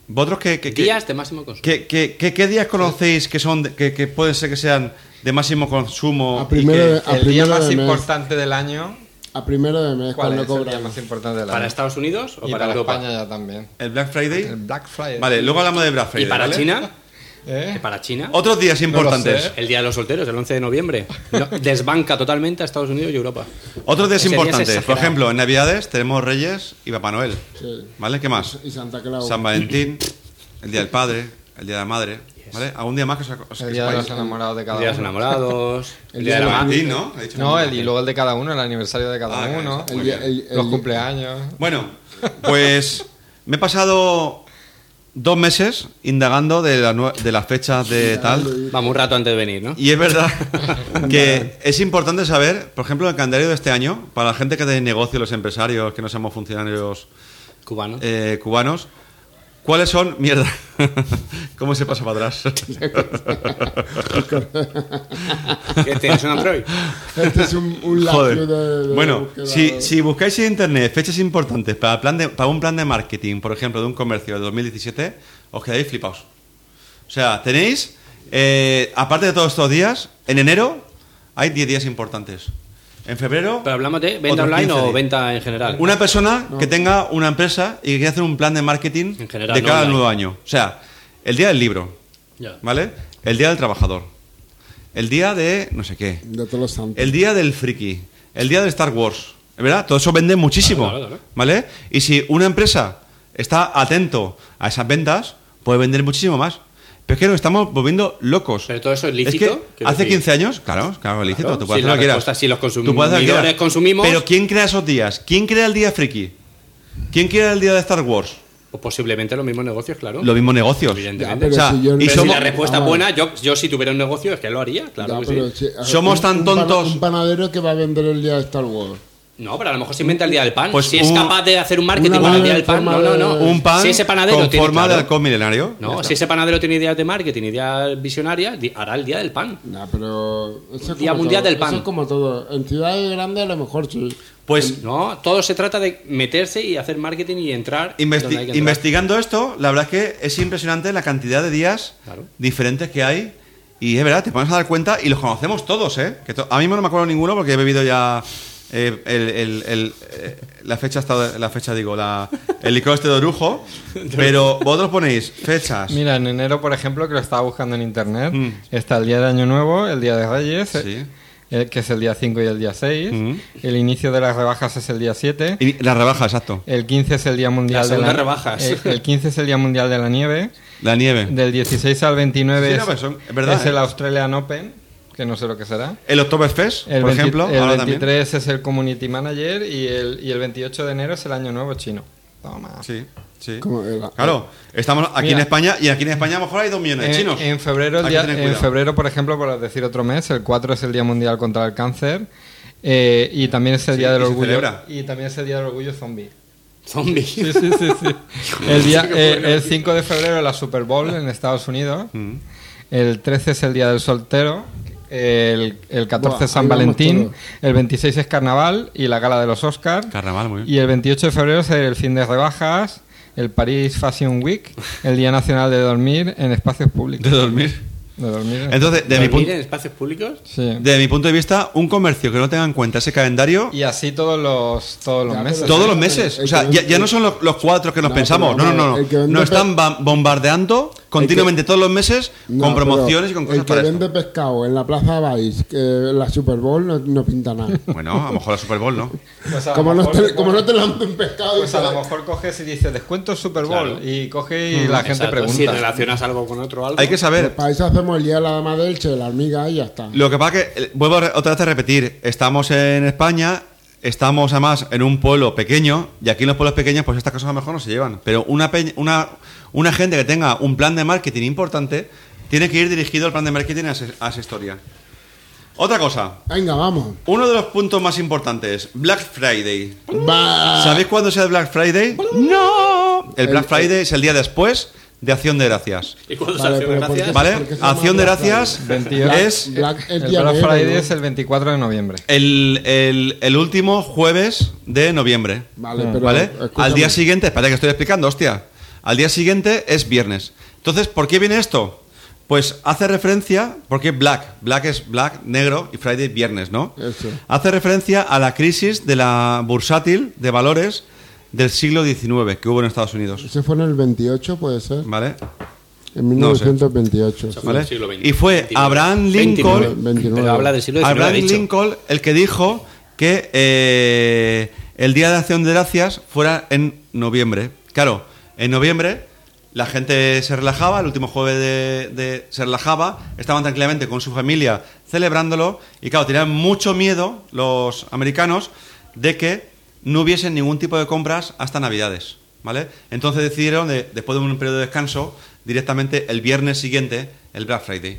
[SPEAKER 4] ¿Vosotros qué, qué, qué-
[SPEAKER 2] Días de máximo consumo.
[SPEAKER 4] qué- qué- qué- qué días conocéis que son de- que, que pueden ser que sean de máximo consumo?
[SPEAKER 3] A
[SPEAKER 4] y
[SPEAKER 3] primero
[SPEAKER 4] que-
[SPEAKER 3] de- A
[SPEAKER 1] el día
[SPEAKER 3] primero
[SPEAKER 1] más
[SPEAKER 3] mes.
[SPEAKER 1] importante del año.
[SPEAKER 3] A primero de mes,
[SPEAKER 1] ¿Cuál
[SPEAKER 3] cuando
[SPEAKER 1] es el día
[SPEAKER 3] cobran.
[SPEAKER 1] más importante del año?
[SPEAKER 2] ¿Para Estados Unidos o
[SPEAKER 1] y
[SPEAKER 2] para, Europa?
[SPEAKER 1] España ya también.
[SPEAKER 4] el Black Friday.
[SPEAKER 1] El Black Friday.
[SPEAKER 4] Vale, luego hablamos de Black
[SPEAKER 2] ¿Y
[SPEAKER 4] Friday.
[SPEAKER 2] para
[SPEAKER 4] ¿vale?
[SPEAKER 3] [laughs]
[SPEAKER 2] China? ¿Y
[SPEAKER 1] ¿Eh?
[SPEAKER 2] para China?
[SPEAKER 4] Otros días
[SPEAKER 1] lo
[SPEAKER 4] importantes.
[SPEAKER 1] sé.
[SPEAKER 2] El Día de los Solteros, el 11 de noviembre.
[SPEAKER 1] [laughs]
[SPEAKER 2] No, desbanca totalmente a Estados Unidos y Europa.
[SPEAKER 4] Otros días
[SPEAKER 2] Ese día es
[SPEAKER 4] importantes. Por
[SPEAKER 2] exagerado.
[SPEAKER 4] ejemplo, en Navidades tenemos Reyes y Papá Noel.
[SPEAKER 3] Sí.
[SPEAKER 4] ¿Vale? ¿Qué más?
[SPEAKER 3] Y Santa Claus.
[SPEAKER 4] San Valentín, el Día del Padre, el Día de la Madre, ¿vale? ¿Algún día más que os, os
[SPEAKER 1] El día de los
[SPEAKER 4] escapáis?
[SPEAKER 1] enamorados de
[SPEAKER 2] El Día de
[SPEAKER 1] cada
[SPEAKER 2] los
[SPEAKER 1] uno.
[SPEAKER 2] Enamorados, el, Día de la
[SPEAKER 4] San
[SPEAKER 2] Madre.
[SPEAKER 4] Valentín, ¿no? He dicho
[SPEAKER 1] No,
[SPEAKER 4] San
[SPEAKER 1] el, y luego el de cada uno, el aniversario de cada
[SPEAKER 4] Ah,
[SPEAKER 1] uno,
[SPEAKER 4] claro,
[SPEAKER 3] El
[SPEAKER 4] muy
[SPEAKER 3] día-
[SPEAKER 4] bien.
[SPEAKER 3] el- el-
[SPEAKER 1] los cumpleaños.
[SPEAKER 4] Bueno, pues me he pasado dos meses indagando de, la nue- de las fechas de tal.
[SPEAKER 2] Vamos, un rato antes de venir, ¿no?
[SPEAKER 4] Y
[SPEAKER 1] [laughs]
[SPEAKER 4] es verdad que es importante saber, por ejemplo, el calendario de este año, para la gente que tiene negocio, los empresarios, que no somos funcionarios
[SPEAKER 2] Cubano.
[SPEAKER 4] eh, cubanos, ¿cuáles son? Mierda, [laughs] ¿cómo se pasa para atrás?
[SPEAKER 2] ¿Qué tienes, un
[SPEAKER 4] [laughs]
[SPEAKER 2] Android?
[SPEAKER 3] [laughs] Este es un, un lapso
[SPEAKER 4] Joder.
[SPEAKER 3] de- de
[SPEAKER 4] bueno,
[SPEAKER 3] búsqueda
[SPEAKER 4] si,
[SPEAKER 3] de-
[SPEAKER 4] si buscáis en internet fechas importantes para, plan de- para un plan de marketing, por ejemplo, de un comercio de 2017, os quedáis flipados. O sea, tenéis, eh, aparte de todos estos días, en enero hay 10 días importantes. En febrero.
[SPEAKER 2] Pero hablamos de venta
[SPEAKER 4] otros
[SPEAKER 2] online
[SPEAKER 4] 15
[SPEAKER 2] o
[SPEAKER 4] días.
[SPEAKER 2] venta en general.
[SPEAKER 4] Una persona que tenga una empresa y que quiera hacer un plan de marketing
[SPEAKER 2] En general,
[SPEAKER 4] de
[SPEAKER 2] no
[SPEAKER 4] cada
[SPEAKER 2] online.
[SPEAKER 4] nuevo año. O sea, el día del libro,
[SPEAKER 2] Ya.
[SPEAKER 4] ¿vale? El día del trabajador. El día de no sé qué.
[SPEAKER 3] De todos los santos.
[SPEAKER 4] El día del friki. El día de Star Wars. es ¿Verdad? Todo eso vende muchísimo.
[SPEAKER 2] Claro, claro, claro.
[SPEAKER 4] ¿Vale? Y si una empresa está atento a esas ventas, puede vender muchísimo más. Pero es que nos estamos volviendo locos.
[SPEAKER 2] Pero todo eso es lícito,
[SPEAKER 4] que
[SPEAKER 2] quiero
[SPEAKER 4] hace
[SPEAKER 2] decir.
[SPEAKER 4] 15 años, claro, claro, es lícito.
[SPEAKER 2] Claro.
[SPEAKER 4] Tú puedes
[SPEAKER 2] Si
[SPEAKER 4] hacer lo
[SPEAKER 2] la
[SPEAKER 4] que quieras.
[SPEAKER 2] respuesta es si los
[SPEAKER 4] Tú puedes hacer lo
[SPEAKER 2] consumidores
[SPEAKER 4] que quieras.
[SPEAKER 2] consumimos-
[SPEAKER 4] Pero ¿quién crea esos días? ¿Quién crea el día friki? ¿Quién crea el día de Star Wars?
[SPEAKER 2] Pues posiblemente los mismos negocios, claro.
[SPEAKER 4] Los mismos negocios.
[SPEAKER 2] Evidentemente.
[SPEAKER 3] Ya, pero
[SPEAKER 4] O sea,
[SPEAKER 3] si yo no-
[SPEAKER 4] y
[SPEAKER 2] Pero
[SPEAKER 4] somos-
[SPEAKER 2] si la respuesta es
[SPEAKER 3] Ah,
[SPEAKER 2] buena, yo, yo si tuviera un negocio es que lo haría, claro
[SPEAKER 3] Ya,
[SPEAKER 2] que
[SPEAKER 3] pero
[SPEAKER 2] sí.
[SPEAKER 3] si- a ver,
[SPEAKER 4] Somos tan
[SPEAKER 3] pana-
[SPEAKER 4] tontos.
[SPEAKER 3] un panadero que va a vender el día de Star Wars.
[SPEAKER 2] No, pero a lo mejor se inventa el día del pan.
[SPEAKER 4] Pues
[SPEAKER 2] si es
[SPEAKER 4] un-
[SPEAKER 2] capaz de hacer un marketing
[SPEAKER 3] una
[SPEAKER 2] para el
[SPEAKER 3] buena
[SPEAKER 2] día del pan, no,
[SPEAKER 3] forma
[SPEAKER 2] no, no.
[SPEAKER 3] de-
[SPEAKER 4] un pan
[SPEAKER 2] si ese panadero
[SPEAKER 4] con
[SPEAKER 2] tiene,
[SPEAKER 4] forma de
[SPEAKER 2] claro,
[SPEAKER 4] halcón milenario.
[SPEAKER 2] No, si ese panadero tiene ideas de marketing, ideas visionarias, di- hará el día del pan.
[SPEAKER 3] Nah, pero eso es
[SPEAKER 2] Día
[SPEAKER 3] como
[SPEAKER 2] Mundial
[SPEAKER 3] todo,
[SPEAKER 2] del
[SPEAKER 3] eso
[SPEAKER 2] Pan.
[SPEAKER 3] es como todo. En ciudades grandes a lo mejor sí.
[SPEAKER 4] Pues
[SPEAKER 2] No, todo se trata de meterse y hacer marketing y entrar.
[SPEAKER 4] Investi-
[SPEAKER 2] donde hay que entrar.
[SPEAKER 4] investigando esto, la verdad es que es impresionante la cantidad de días
[SPEAKER 2] Claro.
[SPEAKER 4] diferentes que hay. Y es verdad, te pones a dar cuenta y los conocemos todos, ¿eh? Que to- a mí no me acuerdo ninguno porque he bebido ya eh, el- el- el- eh, la fecha, hasta la fecha digo, la, el licor este de
[SPEAKER 1] [laughs]
[SPEAKER 4] orujo. Pero vosotros ponéis fechas.
[SPEAKER 1] Mira, en enero, por ejemplo, que lo estaba buscando en internet,
[SPEAKER 2] Mm.
[SPEAKER 1] está el día de Año Nuevo, el día de Reyes,
[SPEAKER 4] Sí.
[SPEAKER 1] eh, que es el día 5 y el día 6.
[SPEAKER 2] Mm.
[SPEAKER 1] El inicio de las rebajas es el día 7.
[SPEAKER 4] Y la rebaja, exacto.
[SPEAKER 1] El 15 es el día mundial
[SPEAKER 2] Las
[SPEAKER 1] de la
[SPEAKER 2] segundas rebajas.
[SPEAKER 1] eh, El 15 es el día mundial de la nieve.
[SPEAKER 4] La nieve.
[SPEAKER 1] Del 16 al 29
[SPEAKER 4] Sí, no, pues
[SPEAKER 1] es,
[SPEAKER 4] son- es verdad,
[SPEAKER 1] es
[SPEAKER 4] eh.
[SPEAKER 1] el Australian Open, que no sé lo que será.
[SPEAKER 4] El Oktoberfest,
[SPEAKER 1] El,
[SPEAKER 4] por
[SPEAKER 1] 20
[SPEAKER 4] ejemplo.
[SPEAKER 1] el
[SPEAKER 4] ahora también.
[SPEAKER 1] 23 es el Community Manager y el, y el 28 de enero es el Año Nuevo chino. Toma.
[SPEAKER 4] Sí, sí.
[SPEAKER 3] Como eh, el-
[SPEAKER 4] Claro, estamos aquí en
[SPEAKER 1] Mira.
[SPEAKER 4] España y aquí en España a lo mejor hay dos millones de
[SPEAKER 1] En,
[SPEAKER 4] chinos.
[SPEAKER 1] en febrero, el
[SPEAKER 4] Hay que
[SPEAKER 1] día-
[SPEAKER 4] tener
[SPEAKER 1] en
[SPEAKER 4] cuidado.
[SPEAKER 1] febrero, por ejemplo, por decir otro mes, el 4 es el Día Mundial contra el Cáncer eh, y también es el
[SPEAKER 4] Sí,
[SPEAKER 1] Día del
[SPEAKER 4] y se
[SPEAKER 1] Orgullo
[SPEAKER 4] celebra.
[SPEAKER 1] y también es el Día del Orgullo Zombie.
[SPEAKER 2] Zombie.
[SPEAKER 1] Sí, sí, sí, sí. El, día, eh, el 5 de febrero la Super Bowl en Estados Unidos. El 13 es el Día del Soltero. El, el 14
[SPEAKER 3] Buah,
[SPEAKER 1] es San
[SPEAKER 3] ahí vamos
[SPEAKER 1] Valentín.
[SPEAKER 3] todo.
[SPEAKER 1] El 26 es Carnaval y la gala de los Oscars.
[SPEAKER 4] Carnaval, muy bien.
[SPEAKER 1] Y el 28 de febrero es el fin de rebajas. El París Fashion Week. El Día Nacional de Dormir en Espacios
[SPEAKER 4] De
[SPEAKER 1] Públicos.
[SPEAKER 4] dormir.
[SPEAKER 1] De dormir. en-
[SPEAKER 4] Entonces, de mi,
[SPEAKER 2] ¿Dormir
[SPEAKER 4] pun-
[SPEAKER 2] en espacios públicos?
[SPEAKER 1] Sí.
[SPEAKER 4] de mi punto de vista, un comercio que no tenga en cuenta ese calendario
[SPEAKER 1] Y así todos los, todos los
[SPEAKER 3] Ya,
[SPEAKER 1] meses. ¿eh?
[SPEAKER 4] todos los meses. O sea, ya, ya no son los, los cuatro que nos
[SPEAKER 3] No,
[SPEAKER 4] pensamos. No,
[SPEAKER 3] pero,
[SPEAKER 4] no, no.
[SPEAKER 3] el que
[SPEAKER 4] no.
[SPEAKER 3] vende
[SPEAKER 4] Nos
[SPEAKER 3] pe-
[SPEAKER 4] están ba- bombardeando continuamente todos los meses
[SPEAKER 3] No,
[SPEAKER 4] con
[SPEAKER 3] pero
[SPEAKER 4] promociones y con cosas
[SPEAKER 3] El que
[SPEAKER 4] para
[SPEAKER 3] vende
[SPEAKER 4] esto.
[SPEAKER 3] pescado en la Plaza de Baix, que en la Super Bowl no, no
[SPEAKER 1] [laughs]
[SPEAKER 3] pinta nada.
[SPEAKER 4] Bueno, a lo mejor la Super Bowl,
[SPEAKER 3] [laughs]
[SPEAKER 4] ¿no?
[SPEAKER 1] Pues a lo
[SPEAKER 3] como, no
[SPEAKER 1] mejor-
[SPEAKER 3] te, como no te lanzan pescado,
[SPEAKER 1] Pues a
[SPEAKER 3] dices,
[SPEAKER 1] lo mejor coges y dices descuento Super Bowl
[SPEAKER 2] Claro.
[SPEAKER 1] y coge y la gente
[SPEAKER 2] Mm, Exacto,
[SPEAKER 1] pregunta.
[SPEAKER 2] Si relacionas algo con otro algo.
[SPEAKER 4] Hay que
[SPEAKER 3] "Pues
[SPEAKER 4] saber.
[SPEAKER 3] para eso hacemos el día de la dama del Che, la hormiga y ya está.
[SPEAKER 4] Lo que pasa que, eh, vuelvo a re- otra vez a repetir, estamos en España, estamos además en un pueblo pequeño, y aquí en los pueblos pequeños pues estas cosas a lo mejor no se llevan, pero una, peña- una, una gente que tenga un plan de marketing importante, tiene que ir dirigido al plan de marketing a, ese- a esa historia. Otra cosa,
[SPEAKER 3] Venga, vamos.
[SPEAKER 4] uno de los puntos más importantes, Black Friday.
[SPEAKER 3] Va.
[SPEAKER 4] ¿Sabéis cuándo es el Black Friday? ¡No! El Black Friday es el día después de Acción de Gracias.
[SPEAKER 2] ¿Y cuándo
[SPEAKER 3] Vale,
[SPEAKER 2] se hace
[SPEAKER 3] pero
[SPEAKER 2] gracias?
[SPEAKER 3] porque-
[SPEAKER 4] ¿Vale?
[SPEAKER 3] Porque se llama
[SPEAKER 4] Acción de
[SPEAKER 3] Black
[SPEAKER 4] Gracias
[SPEAKER 1] Friday. 22.
[SPEAKER 4] es
[SPEAKER 3] Black,
[SPEAKER 1] El
[SPEAKER 3] el día
[SPEAKER 1] Black
[SPEAKER 3] negro,
[SPEAKER 1] Friday
[SPEAKER 3] ¿no?
[SPEAKER 1] es el 24 de noviembre.
[SPEAKER 4] El, el- el último jueves de noviembre.
[SPEAKER 3] Vale, pero
[SPEAKER 4] Mm. ¿Vale? Al
[SPEAKER 3] escúchame.
[SPEAKER 4] día siguiente, espérate que estoy explicando, hostia. Al día siguiente es viernes. Entonces, ¿por qué viene esto? Pues hace referencia, porque Black, Black es Black, negro y Friday viernes, ¿no?
[SPEAKER 3] Eso.
[SPEAKER 4] Hace referencia a la crisis de la bursátil de valores del siglo XIX que hubo en Estados Unidos.
[SPEAKER 3] Ese fue en el 28, puede ser.
[SPEAKER 4] ¿Vale?
[SPEAKER 3] En
[SPEAKER 4] No sé.
[SPEAKER 3] 1928. sí.
[SPEAKER 4] ¿Vale?
[SPEAKER 2] siglo XX,
[SPEAKER 4] Y fue
[SPEAKER 2] 29.
[SPEAKER 4] Abraham Lincoln
[SPEAKER 3] 29. 29.
[SPEAKER 2] Pero habla del siglo XIX.
[SPEAKER 4] Abraham
[SPEAKER 2] de hecho.
[SPEAKER 4] Lincoln, el que dijo que eh, el Día de Acción de Gracias fuera en noviembre. Claro, en noviembre la gente se relajaba, el último jueves de, de- se relajaba, estaban tranquilamente con su familia celebrándolo y claro, tenían mucho miedo los americanos de que no hubiesen ningún tipo de compras hasta Navidades, ¿vale? Entonces decidieron, de- después de un periodo de descanso, directamente el viernes siguiente, el Black Friday.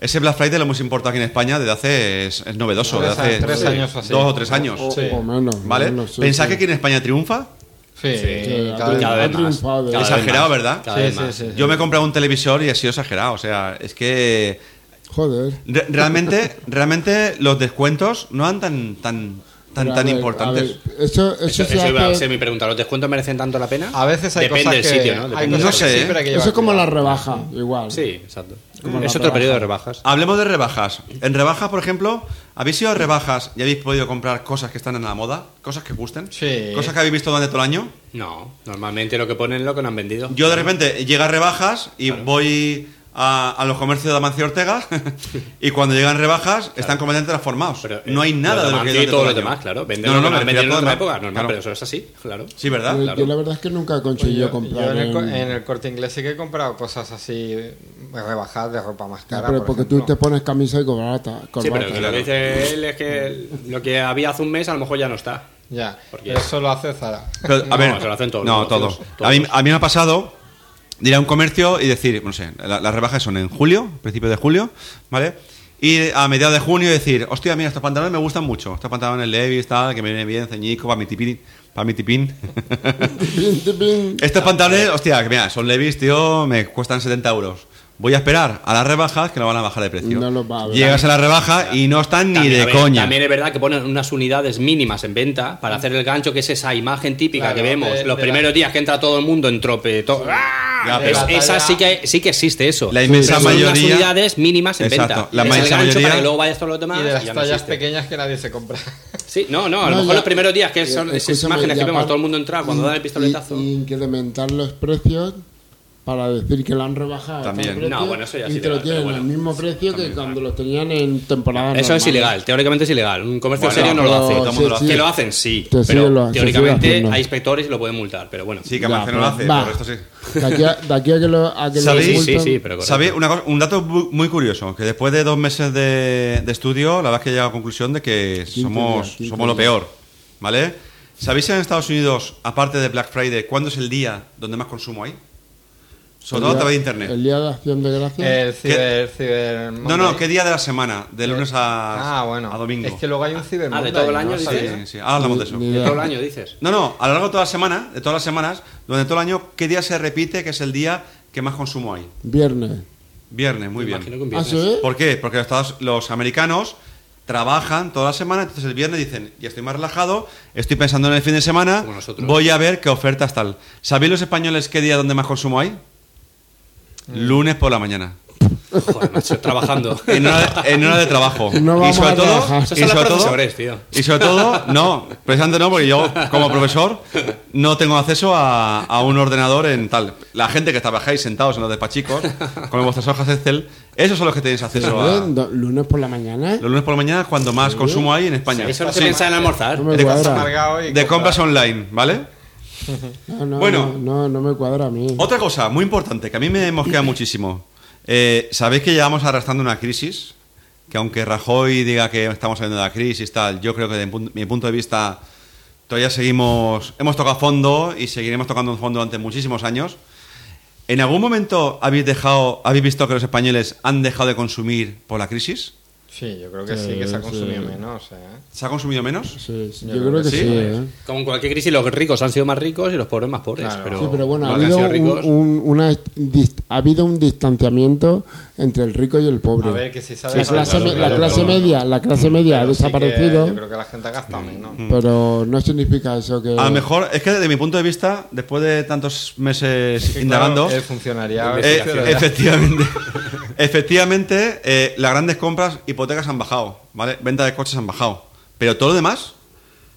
[SPEAKER 4] Ese Black Friday lo hemos importado aquí en España desde hace. es, es novedoso,
[SPEAKER 1] Tres
[SPEAKER 4] desde hace
[SPEAKER 1] a- tres años o así.
[SPEAKER 4] dos o tres años.
[SPEAKER 3] O,
[SPEAKER 1] Sí.
[SPEAKER 3] o menos.
[SPEAKER 4] ¿Vale?
[SPEAKER 3] menos, sí,
[SPEAKER 4] Pensad
[SPEAKER 3] sí.
[SPEAKER 4] que aquí en España triunfa.
[SPEAKER 1] Sí,
[SPEAKER 3] Sí,
[SPEAKER 1] cada vez-
[SPEAKER 2] Cada vez
[SPEAKER 3] Ha
[SPEAKER 2] más.
[SPEAKER 3] triunfado,
[SPEAKER 2] Cada vez
[SPEAKER 4] Exagerado,
[SPEAKER 2] más.
[SPEAKER 4] ¿verdad?
[SPEAKER 2] Cada
[SPEAKER 1] Sí,
[SPEAKER 2] vez
[SPEAKER 1] sí,
[SPEAKER 2] más.
[SPEAKER 1] sí.
[SPEAKER 4] Yo me he comprado un televisor y ha sido exagerado. O sea, es que.
[SPEAKER 3] Joder. [laughs]
[SPEAKER 4] re- realmente, realmente los descuentos no dan tan, tan, tan,
[SPEAKER 3] Pero a
[SPEAKER 4] tan
[SPEAKER 3] ver,
[SPEAKER 4] importantes?
[SPEAKER 3] a ver, eso, eso,
[SPEAKER 2] Eso,
[SPEAKER 3] se
[SPEAKER 2] eso iba a
[SPEAKER 3] hace-
[SPEAKER 2] ser mi pregunta. ¿Los descuentos merecen tanto la pena?
[SPEAKER 1] A veces hay
[SPEAKER 2] Depende
[SPEAKER 1] cosas
[SPEAKER 2] del
[SPEAKER 1] que...
[SPEAKER 2] sitio, ¿no?
[SPEAKER 1] hay
[SPEAKER 2] Depende
[SPEAKER 4] No
[SPEAKER 1] cosas
[SPEAKER 4] sé,
[SPEAKER 1] que sí,
[SPEAKER 4] ¿eh?
[SPEAKER 1] pero hay que
[SPEAKER 3] eso es
[SPEAKER 1] llevar
[SPEAKER 3] como la
[SPEAKER 1] cuidado.
[SPEAKER 3] rebaja, igual.
[SPEAKER 2] Sí, exacto.
[SPEAKER 3] Como la
[SPEAKER 2] Es otro
[SPEAKER 3] rebaja.
[SPEAKER 2] periodo de rebajas.
[SPEAKER 4] Hablemos de rebajas. En rebajas, por ejemplo, ¿habéis ido a rebajas y habéis podido comprar cosas que están en la moda? ¿Cosas que gusten?
[SPEAKER 1] Sí.
[SPEAKER 4] ¿Cosas que habéis visto durante todo el año?
[SPEAKER 2] No, normalmente lo que ponen es lo que no han vendido.
[SPEAKER 4] Yo de repente llega a rebajas y voy a, a los comercios de Amancio Ortega [laughs] y cuando llegan rebajas están completamente transformados.
[SPEAKER 2] Pero, eh,
[SPEAKER 4] no hay
[SPEAKER 2] lo
[SPEAKER 4] nada de lo que
[SPEAKER 2] demás
[SPEAKER 4] hay
[SPEAKER 2] y todo lo
[SPEAKER 4] durante el año.
[SPEAKER 2] demás, claro. Vender
[SPEAKER 4] No,
[SPEAKER 2] lo
[SPEAKER 4] no, no,
[SPEAKER 2] que no
[SPEAKER 4] me
[SPEAKER 2] han
[SPEAKER 4] refiero
[SPEAKER 2] vendido
[SPEAKER 4] a
[SPEAKER 2] en
[SPEAKER 4] todo lo
[SPEAKER 2] otra
[SPEAKER 4] demás.
[SPEAKER 2] época. Normal,
[SPEAKER 4] Claro.
[SPEAKER 2] pero eso es así, claro.
[SPEAKER 4] Sí, ¿verdad?
[SPEAKER 3] Yo-
[SPEAKER 2] claro.
[SPEAKER 3] Yo la verdad es que nunca he
[SPEAKER 1] Pues
[SPEAKER 3] conseguido
[SPEAKER 1] yo,
[SPEAKER 3] comprar.
[SPEAKER 1] yo en, el, co-
[SPEAKER 3] en-
[SPEAKER 1] en el corte inglés sí que he comprado cosas así eh, rebajadas de ropa más
[SPEAKER 3] Ya,
[SPEAKER 1] cara.
[SPEAKER 3] pero
[SPEAKER 1] por
[SPEAKER 3] porque tú
[SPEAKER 1] ejemplo.
[SPEAKER 3] te pones camisa y corbata.
[SPEAKER 2] Sí,
[SPEAKER 3] corbata.
[SPEAKER 2] pero que lo
[SPEAKER 3] [laughs]
[SPEAKER 2] que dice él es que lo que había hace un mes a lo mejor ya no está.
[SPEAKER 1] Ya,
[SPEAKER 2] Porque-
[SPEAKER 1] eso lo hace Zara.
[SPEAKER 4] Pero, a
[SPEAKER 2] No,
[SPEAKER 4] ver,
[SPEAKER 2] se lo hacen todos,
[SPEAKER 4] No,
[SPEAKER 2] ¿no?
[SPEAKER 4] todos.
[SPEAKER 2] Todos.
[SPEAKER 4] A, mí, a mí me ha pasado de ir a un comercio y decir, no sé, la- las rebajas son en julio, principio de julio, ¿vale? Y a mediados de junio decir, hostia, mira, estos pantalones me gustan mucho. Estos pantalones Levi's, tal, que me vienen bien, ceñico, para mi tipín. Para mi tipín.
[SPEAKER 3] Tipín, tipín.
[SPEAKER 2] Ah,
[SPEAKER 4] Estos pantalones, hostia, que mira, son Levi's, tío, me cuestan 70 euros. Voy a esperar a las rebajas que no van a bajar de precio.
[SPEAKER 3] No los va a haber.
[SPEAKER 4] Llegas a la rebaja y no están ni
[SPEAKER 2] También,
[SPEAKER 4] de
[SPEAKER 2] a ver,
[SPEAKER 4] coña.
[SPEAKER 2] También es verdad que ponen unas unidades mínimas en venta para hacer el gancho, que es esa imagen típica
[SPEAKER 1] Claro,
[SPEAKER 2] que vemos
[SPEAKER 1] de-
[SPEAKER 2] los
[SPEAKER 1] de
[SPEAKER 2] primeros
[SPEAKER 1] la-
[SPEAKER 2] días que entra todo el mundo en trope. to- ¡Ah!
[SPEAKER 4] Ya,
[SPEAKER 2] Es-
[SPEAKER 1] pero-
[SPEAKER 2] esa
[SPEAKER 1] la-
[SPEAKER 2] sí que, sí que existe eso.
[SPEAKER 4] La inmensa
[SPEAKER 2] Pero son
[SPEAKER 4] mayoría-
[SPEAKER 2] Unas unidades mínimas en
[SPEAKER 4] Exacto,
[SPEAKER 2] venta.
[SPEAKER 4] la
[SPEAKER 2] Es
[SPEAKER 4] inmensa
[SPEAKER 2] el gancho
[SPEAKER 4] mayoría-
[SPEAKER 2] para que luego vayas todos los demás.
[SPEAKER 1] Y de las
[SPEAKER 2] ya no
[SPEAKER 1] tallas
[SPEAKER 2] existe.
[SPEAKER 1] pequeñas que nadie se compra. [laughs]
[SPEAKER 2] Sí, no, no, a lo
[SPEAKER 3] No,
[SPEAKER 2] mejor
[SPEAKER 3] ya-
[SPEAKER 2] los primeros días que son
[SPEAKER 3] Eh,
[SPEAKER 2] esas
[SPEAKER 3] escúchame,
[SPEAKER 2] imágenes
[SPEAKER 3] y
[SPEAKER 2] que vemos
[SPEAKER 3] aparte-
[SPEAKER 2] todo el mundo entrar cuando
[SPEAKER 3] y-
[SPEAKER 2] dan el pistoletazo.
[SPEAKER 3] Y, y incrementar los precios para decir que lo han rebajado.
[SPEAKER 4] También.
[SPEAKER 3] tal precio,
[SPEAKER 2] No, bueno, eso ya es
[SPEAKER 3] Y te lo
[SPEAKER 2] ilegal,
[SPEAKER 3] tienen
[SPEAKER 2] pero bueno.
[SPEAKER 3] al mismo precio que cuando lo tenían en temporada
[SPEAKER 2] Eso es
[SPEAKER 3] normal.
[SPEAKER 2] ilegal, teóricamente es ilegal. Un comercio
[SPEAKER 4] Bueno,
[SPEAKER 2] serio no lo
[SPEAKER 4] pero
[SPEAKER 2] hace.
[SPEAKER 4] todo el mundo lo hace.
[SPEAKER 2] Que lo hacen, sí.
[SPEAKER 3] Que sí
[SPEAKER 2] pero
[SPEAKER 3] lo- se sigue
[SPEAKER 2] teóricamente
[SPEAKER 3] haciendo.
[SPEAKER 2] hay inspectores y lo pueden multar. Pero bueno.
[SPEAKER 4] Sí, que
[SPEAKER 3] Ya,
[SPEAKER 4] Marcelo lo
[SPEAKER 3] pero
[SPEAKER 4] hace,
[SPEAKER 3] va.
[SPEAKER 4] pero esto sí.
[SPEAKER 3] De aquí a, de aquí a que lo, a que lo
[SPEAKER 4] ¿Sabéis?
[SPEAKER 2] sí, sí,
[SPEAKER 3] multan.
[SPEAKER 2] sí, pero correcto.
[SPEAKER 4] ¿Sabéis? Una cosa- un dato bu- muy curioso, que después de dos meses de, de estudio, la verdad es que he llegado a la conclusión de que somos,
[SPEAKER 3] día, quinto
[SPEAKER 4] somos lo
[SPEAKER 3] día.
[SPEAKER 4] peor, ¿vale? ¿Sabéis en Estados Unidos, aparte de Black Friday, cuándo es el día donde más consumo hay? Sobre todo a
[SPEAKER 3] El día-
[SPEAKER 4] través de Internet.
[SPEAKER 3] El día de acción de gracias.
[SPEAKER 1] El ciber... ciber
[SPEAKER 4] No, no,
[SPEAKER 1] Monday.
[SPEAKER 4] ¿qué día de la semana?
[SPEAKER 3] Eh,
[SPEAKER 4] De lunes a,
[SPEAKER 1] Ah, bueno.
[SPEAKER 4] a domingo.
[SPEAKER 1] Es que luego hay un ciber
[SPEAKER 2] Ah, ¿de
[SPEAKER 1] Monday,
[SPEAKER 2] todo el año
[SPEAKER 1] ¿no?
[SPEAKER 2] dices?
[SPEAKER 1] ¿Sabéis?
[SPEAKER 4] Sí, sí, ahora hablamos de eso.
[SPEAKER 3] Ni- ni-
[SPEAKER 2] Todo el año dices.
[SPEAKER 4] No, no, a lo largo de toda la semana, de todas las semanas, durante todo el año, ¿qué día se repite que es el día que más consumo hay?
[SPEAKER 3] Viernes.
[SPEAKER 4] Viernes, muy bien.
[SPEAKER 2] Imagino que un
[SPEAKER 3] ¿Ah,
[SPEAKER 2] viernes.
[SPEAKER 3] sí?
[SPEAKER 4] ¿Por qué? Porque los, estados- los americanos trabajan toda la semana, entonces el viernes dicen, ya estoy más relajado, estoy pensando en el fin de semana,
[SPEAKER 2] Como nosotros.
[SPEAKER 4] voy a ver qué ofertas tal. ¿Sabéis los españoles qué día donde más consumo hay?
[SPEAKER 3] Eh.
[SPEAKER 4] Lunes por la mañana.
[SPEAKER 2] Joder, macho,
[SPEAKER 3] [laughs]
[SPEAKER 2] trabajando.
[SPEAKER 4] En hora de, en hora de trabajo.
[SPEAKER 3] No vamos
[SPEAKER 4] y sobre
[SPEAKER 3] a
[SPEAKER 4] todo,
[SPEAKER 3] trabajar.
[SPEAKER 4] y
[SPEAKER 2] Esos son los
[SPEAKER 4] sobre todo-
[SPEAKER 2] profesores, tío.
[SPEAKER 4] y sobre todo, no, pensando no, porque yo como profesor no tengo acceso a, a un ordenador en tal. La gente que trabajáis sentados en los despachicos, con vuestras hojas Excel, esos son los que tenéis acceso a...
[SPEAKER 3] Lunes, do- lunes por la mañana.
[SPEAKER 4] Los lunes por la mañana es cuando más consumo hay en España.
[SPEAKER 2] Eso no se
[SPEAKER 1] Sí.
[SPEAKER 2] piensa en almorzar.
[SPEAKER 3] No me
[SPEAKER 4] de
[SPEAKER 1] Estás
[SPEAKER 3] cuadra.
[SPEAKER 1] amargado y
[SPEAKER 4] De compras online, ¿vale?
[SPEAKER 3] Ah, No, no,
[SPEAKER 4] Bueno.
[SPEAKER 3] no, no, no me cuadra a mí.
[SPEAKER 4] Otra cosa muy importante que a mí me mosquea muchísimo. Eh, Sabéis que llevamos arrastrando una crisis, que aunque Rajoy diga que estamos saliendo de la crisis, tal, yo creo que desde mi pun- mi punto de vista todavía seguimos, hemos tocado fondo y seguiremos tocando fondo durante muchísimos años. ¿En algún momento habéis dejado, habéis visto que los españoles han dejado de consumir por la crisis?
[SPEAKER 1] Sí, yo creo que sí, que se ha
[SPEAKER 3] Sí,
[SPEAKER 1] consumido
[SPEAKER 3] sí.
[SPEAKER 1] menos, ¿eh?
[SPEAKER 4] ¿Se ha consumido menos?
[SPEAKER 3] Sí, sí, yo, creo que sí. ¿eh?
[SPEAKER 2] Como en cualquier crisis, los ricos han sido más ricos y los pobres más pobres.
[SPEAKER 1] Claro.
[SPEAKER 2] Pero,
[SPEAKER 3] Sí, pero bueno, ha
[SPEAKER 2] los que
[SPEAKER 3] habido
[SPEAKER 2] han sido
[SPEAKER 3] un,
[SPEAKER 2] ricos-
[SPEAKER 3] un- una dis- ha habido un distanciamiento entre el rico y el pobre.
[SPEAKER 1] A ver, que si sabes...
[SPEAKER 3] la clase,
[SPEAKER 1] Claro,
[SPEAKER 3] me- la
[SPEAKER 1] claro,
[SPEAKER 3] clase
[SPEAKER 1] claro.
[SPEAKER 3] media, la clase media ha
[SPEAKER 1] Pero sí que
[SPEAKER 3] desaparecido,
[SPEAKER 1] Yo creo que la gente ha
[SPEAKER 4] Mm.
[SPEAKER 1] gastado menos.
[SPEAKER 3] pero no significa eso que
[SPEAKER 4] A lo mejor, es que desde mi punto de vista, después de tantos meses
[SPEAKER 1] Sí,
[SPEAKER 4] indagando,
[SPEAKER 1] claro, el funcionariado...
[SPEAKER 4] eh,
[SPEAKER 1] el funcionariado.
[SPEAKER 4] efectivamente, [laughs] efectivamente eh, las grandes compras, hipotecas han bajado, ¿vale? Venta de coches han bajado. Pero todo lo demás,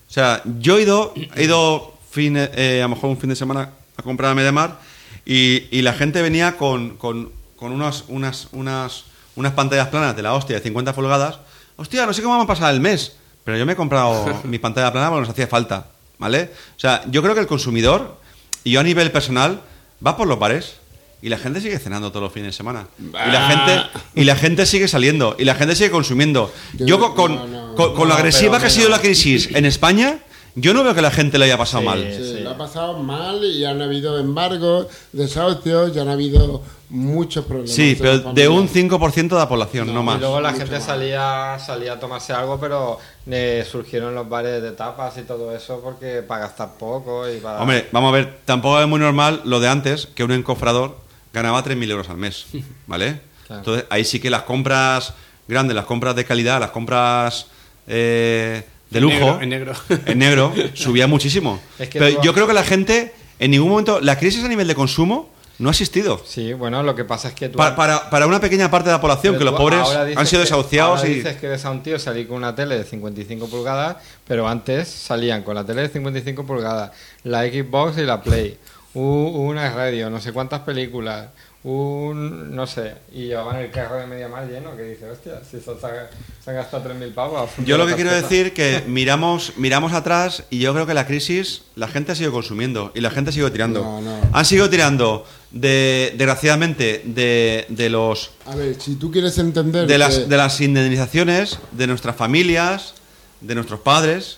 [SPEAKER 4] o sea, yo he ido, he ido fin, eh, a lo mejor un fin de semana a comprar a Mediamar y, y la gente venía con, con, con unas, unas, unas, unas pantallas planas de la hostia de 50 pulgadas. Hostia, no sé cómo vamos a pasar el mes, pero yo me he comprado mi pantalla plana porque nos hacía falta, ¿vale? O sea, yo creo que el consumidor, y yo a nivel personal, va por los bares. Y la gente sigue cenando todos los fines de semana. Y la gente, y la gente sigue saliendo. Y la gente sigue consumiendo. Yo con, con,
[SPEAKER 3] No, no.
[SPEAKER 4] con- con
[SPEAKER 1] No,
[SPEAKER 4] lo
[SPEAKER 1] pero
[SPEAKER 4] agresiva que ha
[SPEAKER 1] menos.
[SPEAKER 4] sido la crisis en España, yo no veo que la gente le haya pasado
[SPEAKER 1] Sí.
[SPEAKER 4] mal.
[SPEAKER 3] Sí,
[SPEAKER 1] Sí.
[SPEAKER 3] lo eh, ha pasado mal y ya han habido embargos, desahucios, ya han habido muchos problemas.
[SPEAKER 4] Sí,
[SPEAKER 3] en la
[SPEAKER 4] pero de
[SPEAKER 3] familia.
[SPEAKER 4] un 5% de la población, no, más.
[SPEAKER 1] Y luego la gente salía, salía a tomarse algo, pero eh, surgieron los bares de tapas y todo eso porque para gastar poco y para...
[SPEAKER 4] Hombre, vamos a ver, tampoco es muy normal lo de antes, que un encofrador ganaba 3.000 euros al
[SPEAKER 1] [laughs]
[SPEAKER 4] mes, ¿vale?
[SPEAKER 1] Claro.
[SPEAKER 4] Entonces, ahí sí que las compras grandes, las compras de calidad, las compras eh, de lujo,
[SPEAKER 2] En negro,
[SPEAKER 4] [laughs] en negro, subía muchísimo.
[SPEAKER 1] [laughs] Es que
[SPEAKER 4] Pero
[SPEAKER 1] tú-
[SPEAKER 4] yo creo que la gente, en ningún momento, la crisis a nivel de consumo no ha existido.
[SPEAKER 1] Sí, bueno, lo que pasa es que tú...
[SPEAKER 4] Pa- para, para una pequeña parte de la población,
[SPEAKER 1] pero
[SPEAKER 4] que los
[SPEAKER 1] tú
[SPEAKER 4] pobres
[SPEAKER 1] ahora dices
[SPEAKER 4] han sido
[SPEAKER 1] que-
[SPEAKER 4] desahuciados
[SPEAKER 1] ahora
[SPEAKER 4] y...
[SPEAKER 1] dices que ves a un tío salir con una tele de 55 pulgadas, pero antes salían con la tele de 55 pulgadas, la Xbox y la Play, u- una radio, no sé cuántas películas, un... no sé, y llevaban el carro de media mar lleno, que dice, hostia, si eso se ha- se han gastado 3.000 pavos.
[SPEAKER 4] Yo lo que quiero
[SPEAKER 1] Tarjeta.
[SPEAKER 4] decir que miramos, miramos atrás y yo creo que la crisis la gente ha sido consumiendo y la gente ha sido tirando.
[SPEAKER 3] No, no.
[SPEAKER 4] Han sido tirando, de, desgraciadamente, de, de los
[SPEAKER 3] A ver, si tú quieres entender.
[SPEAKER 4] de
[SPEAKER 3] que-
[SPEAKER 4] las, de las indemnizaciones de nuestras familias, de nuestros padres,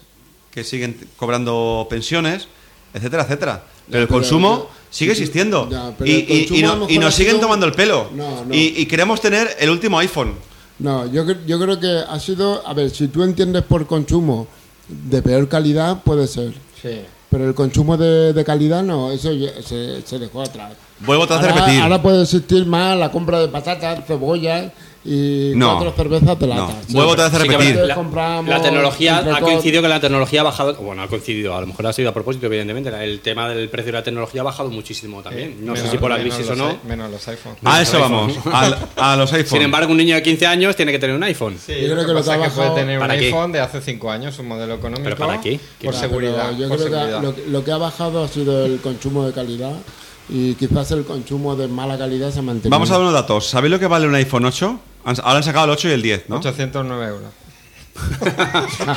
[SPEAKER 4] que siguen t- cobrando pensiones, etcétera, etcétera. Pero el
[SPEAKER 3] pero-
[SPEAKER 4] consumo sigue
[SPEAKER 3] sí,
[SPEAKER 4] existiendo.
[SPEAKER 3] ya, pero
[SPEAKER 4] y,
[SPEAKER 3] el
[SPEAKER 4] y-
[SPEAKER 3] consumo
[SPEAKER 4] y no-
[SPEAKER 3] a lo
[SPEAKER 4] y
[SPEAKER 3] mejor ha
[SPEAKER 4] nos siguen
[SPEAKER 3] sido-
[SPEAKER 4] tomando el pelo.
[SPEAKER 3] No, no.
[SPEAKER 4] Y, y queremos tener el último iPhone.
[SPEAKER 3] No, yo, cre- yo creo que ha sido. A ver, si tú entiendes por consumo de peor calidad, puede ser.
[SPEAKER 1] Sí.
[SPEAKER 3] Pero el consumo de, de calidad no, eso ya- se, se dejó atrás.
[SPEAKER 4] Vuelvo otra vez a
[SPEAKER 3] Ahora,
[SPEAKER 4] repetir.
[SPEAKER 3] ahora puede existir más la compra de patatas, cebollas y
[SPEAKER 4] No.
[SPEAKER 3] cuatro cervezas de lata.
[SPEAKER 4] No. Vuelvo otra vez a
[SPEAKER 2] Sí que
[SPEAKER 4] repetir.
[SPEAKER 2] la- la,
[SPEAKER 3] Compramos,
[SPEAKER 2] la tecnología ha
[SPEAKER 3] compramos-
[SPEAKER 2] coincidido que la tecnología ha bajado. Bueno, ha coincidido, a lo mejor ha sido a propósito, evidentemente. El tema del precio de la tecnología ha bajado muchísimo también. no sé
[SPEAKER 1] Eh, Menos-
[SPEAKER 2] si por la
[SPEAKER 1] menos
[SPEAKER 2] crisis o
[SPEAKER 1] los
[SPEAKER 2] no.
[SPEAKER 1] i- Menos los iPhones.
[SPEAKER 4] A eso vamos, al- a los iPhones.
[SPEAKER 2] Sin embargo, un niño de 15 años tiene que tener un iPhone.
[SPEAKER 1] Sí,
[SPEAKER 3] Yo creo
[SPEAKER 1] lo
[SPEAKER 3] que
[SPEAKER 1] que
[SPEAKER 3] lo
[SPEAKER 1] pasa
[SPEAKER 3] que ha
[SPEAKER 1] es que puede
[SPEAKER 3] bajado-
[SPEAKER 1] tener un
[SPEAKER 2] ¿Para qué?
[SPEAKER 1] iPhone de hace 5 años, un modelo económico.
[SPEAKER 2] ¿Pero para qué?
[SPEAKER 1] Por
[SPEAKER 2] Ya,
[SPEAKER 3] Ya, pero
[SPEAKER 1] seguridad.
[SPEAKER 3] Yo
[SPEAKER 1] por
[SPEAKER 3] creo
[SPEAKER 1] seguridad.
[SPEAKER 3] que lo, lo que ha bajado ha sido el consumo de calidad y quizás el consumo de mala calidad se ha mantenido.
[SPEAKER 4] Vamos a ver unos datos. ¿Sabéis lo que vale un iPhone 8? Han- Ahora han sacado el 8 y el 10, ¿no?
[SPEAKER 1] 809 euros.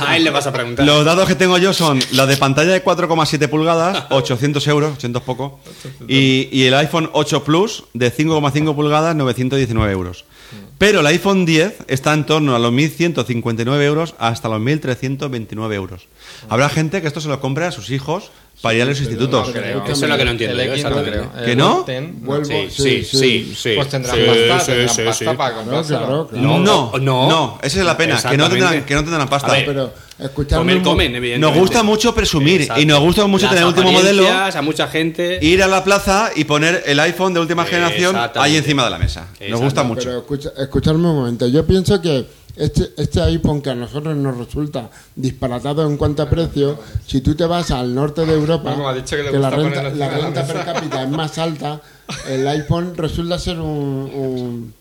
[SPEAKER 2] A él le vas a preguntar.
[SPEAKER 4] Los datos que tengo yo son la de pantalla de 4,7
[SPEAKER 2] [laughs]
[SPEAKER 4] pulgadas, 800 euros, 800 poco, y, y el iPhone 8 Plus de 5,5 pulgadas, 919 euros.
[SPEAKER 2] Mm.
[SPEAKER 4] Pero el iPhone 10 está en torno a los 1.159 euros hasta los 1.329 euros.
[SPEAKER 2] Ah.
[SPEAKER 4] Habrá gente que esto se lo compre a sus hijos para ir a los institutos.
[SPEAKER 1] No creo.
[SPEAKER 3] Eso es
[SPEAKER 2] lo que no entiendo
[SPEAKER 1] El
[SPEAKER 2] yo,
[SPEAKER 1] X no creo. Eh,
[SPEAKER 2] exactamente.
[SPEAKER 1] El
[SPEAKER 4] ¿Que no?
[SPEAKER 1] Ten,
[SPEAKER 3] Vuelvo- sí, sí.
[SPEAKER 1] Pues tendrán
[SPEAKER 2] Sí,
[SPEAKER 1] pasta,
[SPEAKER 2] sí,
[SPEAKER 1] tendrán
[SPEAKER 2] sí,
[SPEAKER 1] pasta
[SPEAKER 2] sí.
[SPEAKER 1] para comprárselo.
[SPEAKER 3] Claro, claro.
[SPEAKER 4] No, no,
[SPEAKER 2] No,
[SPEAKER 4] no,
[SPEAKER 2] no.
[SPEAKER 4] esa es la pena, que no,
[SPEAKER 2] Exactamente.
[SPEAKER 4] tendrán, que no tendrán pasta.
[SPEAKER 2] A ver,
[SPEAKER 3] Pero escuchadme
[SPEAKER 2] Comer,
[SPEAKER 3] un mo-
[SPEAKER 2] comen, evidentemente.
[SPEAKER 4] Nos gusta mucho presumir
[SPEAKER 2] Exacto.
[SPEAKER 4] y nos gusta mucho
[SPEAKER 2] Las
[SPEAKER 4] tener el último modelo,
[SPEAKER 2] apariencias A mucha gente.
[SPEAKER 4] ir a la plaza y poner el iPhone de última generación ahí
[SPEAKER 2] Exactamente.
[SPEAKER 4] encima de la mesa. Nos
[SPEAKER 2] Exacto.
[SPEAKER 4] gusta
[SPEAKER 3] No,
[SPEAKER 4] mucho.
[SPEAKER 3] Pero escucha- escuchadme un momento. Yo pienso que este, este iPhone que a nosotros nos resulta disparatado en cuanto a precio, si tú te vas al norte de Europa,
[SPEAKER 1] Bueno, ha dicho que le
[SPEAKER 3] la
[SPEAKER 1] gusta
[SPEAKER 3] renta,
[SPEAKER 1] ponerlo
[SPEAKER 3] la
[SPEAKER 1] encima de la
[SPEAKER 3] renta per
[SPEAKER 1] mesa.
[SPEAKER 3] cápita es más alta, el iPhone resulta ser un,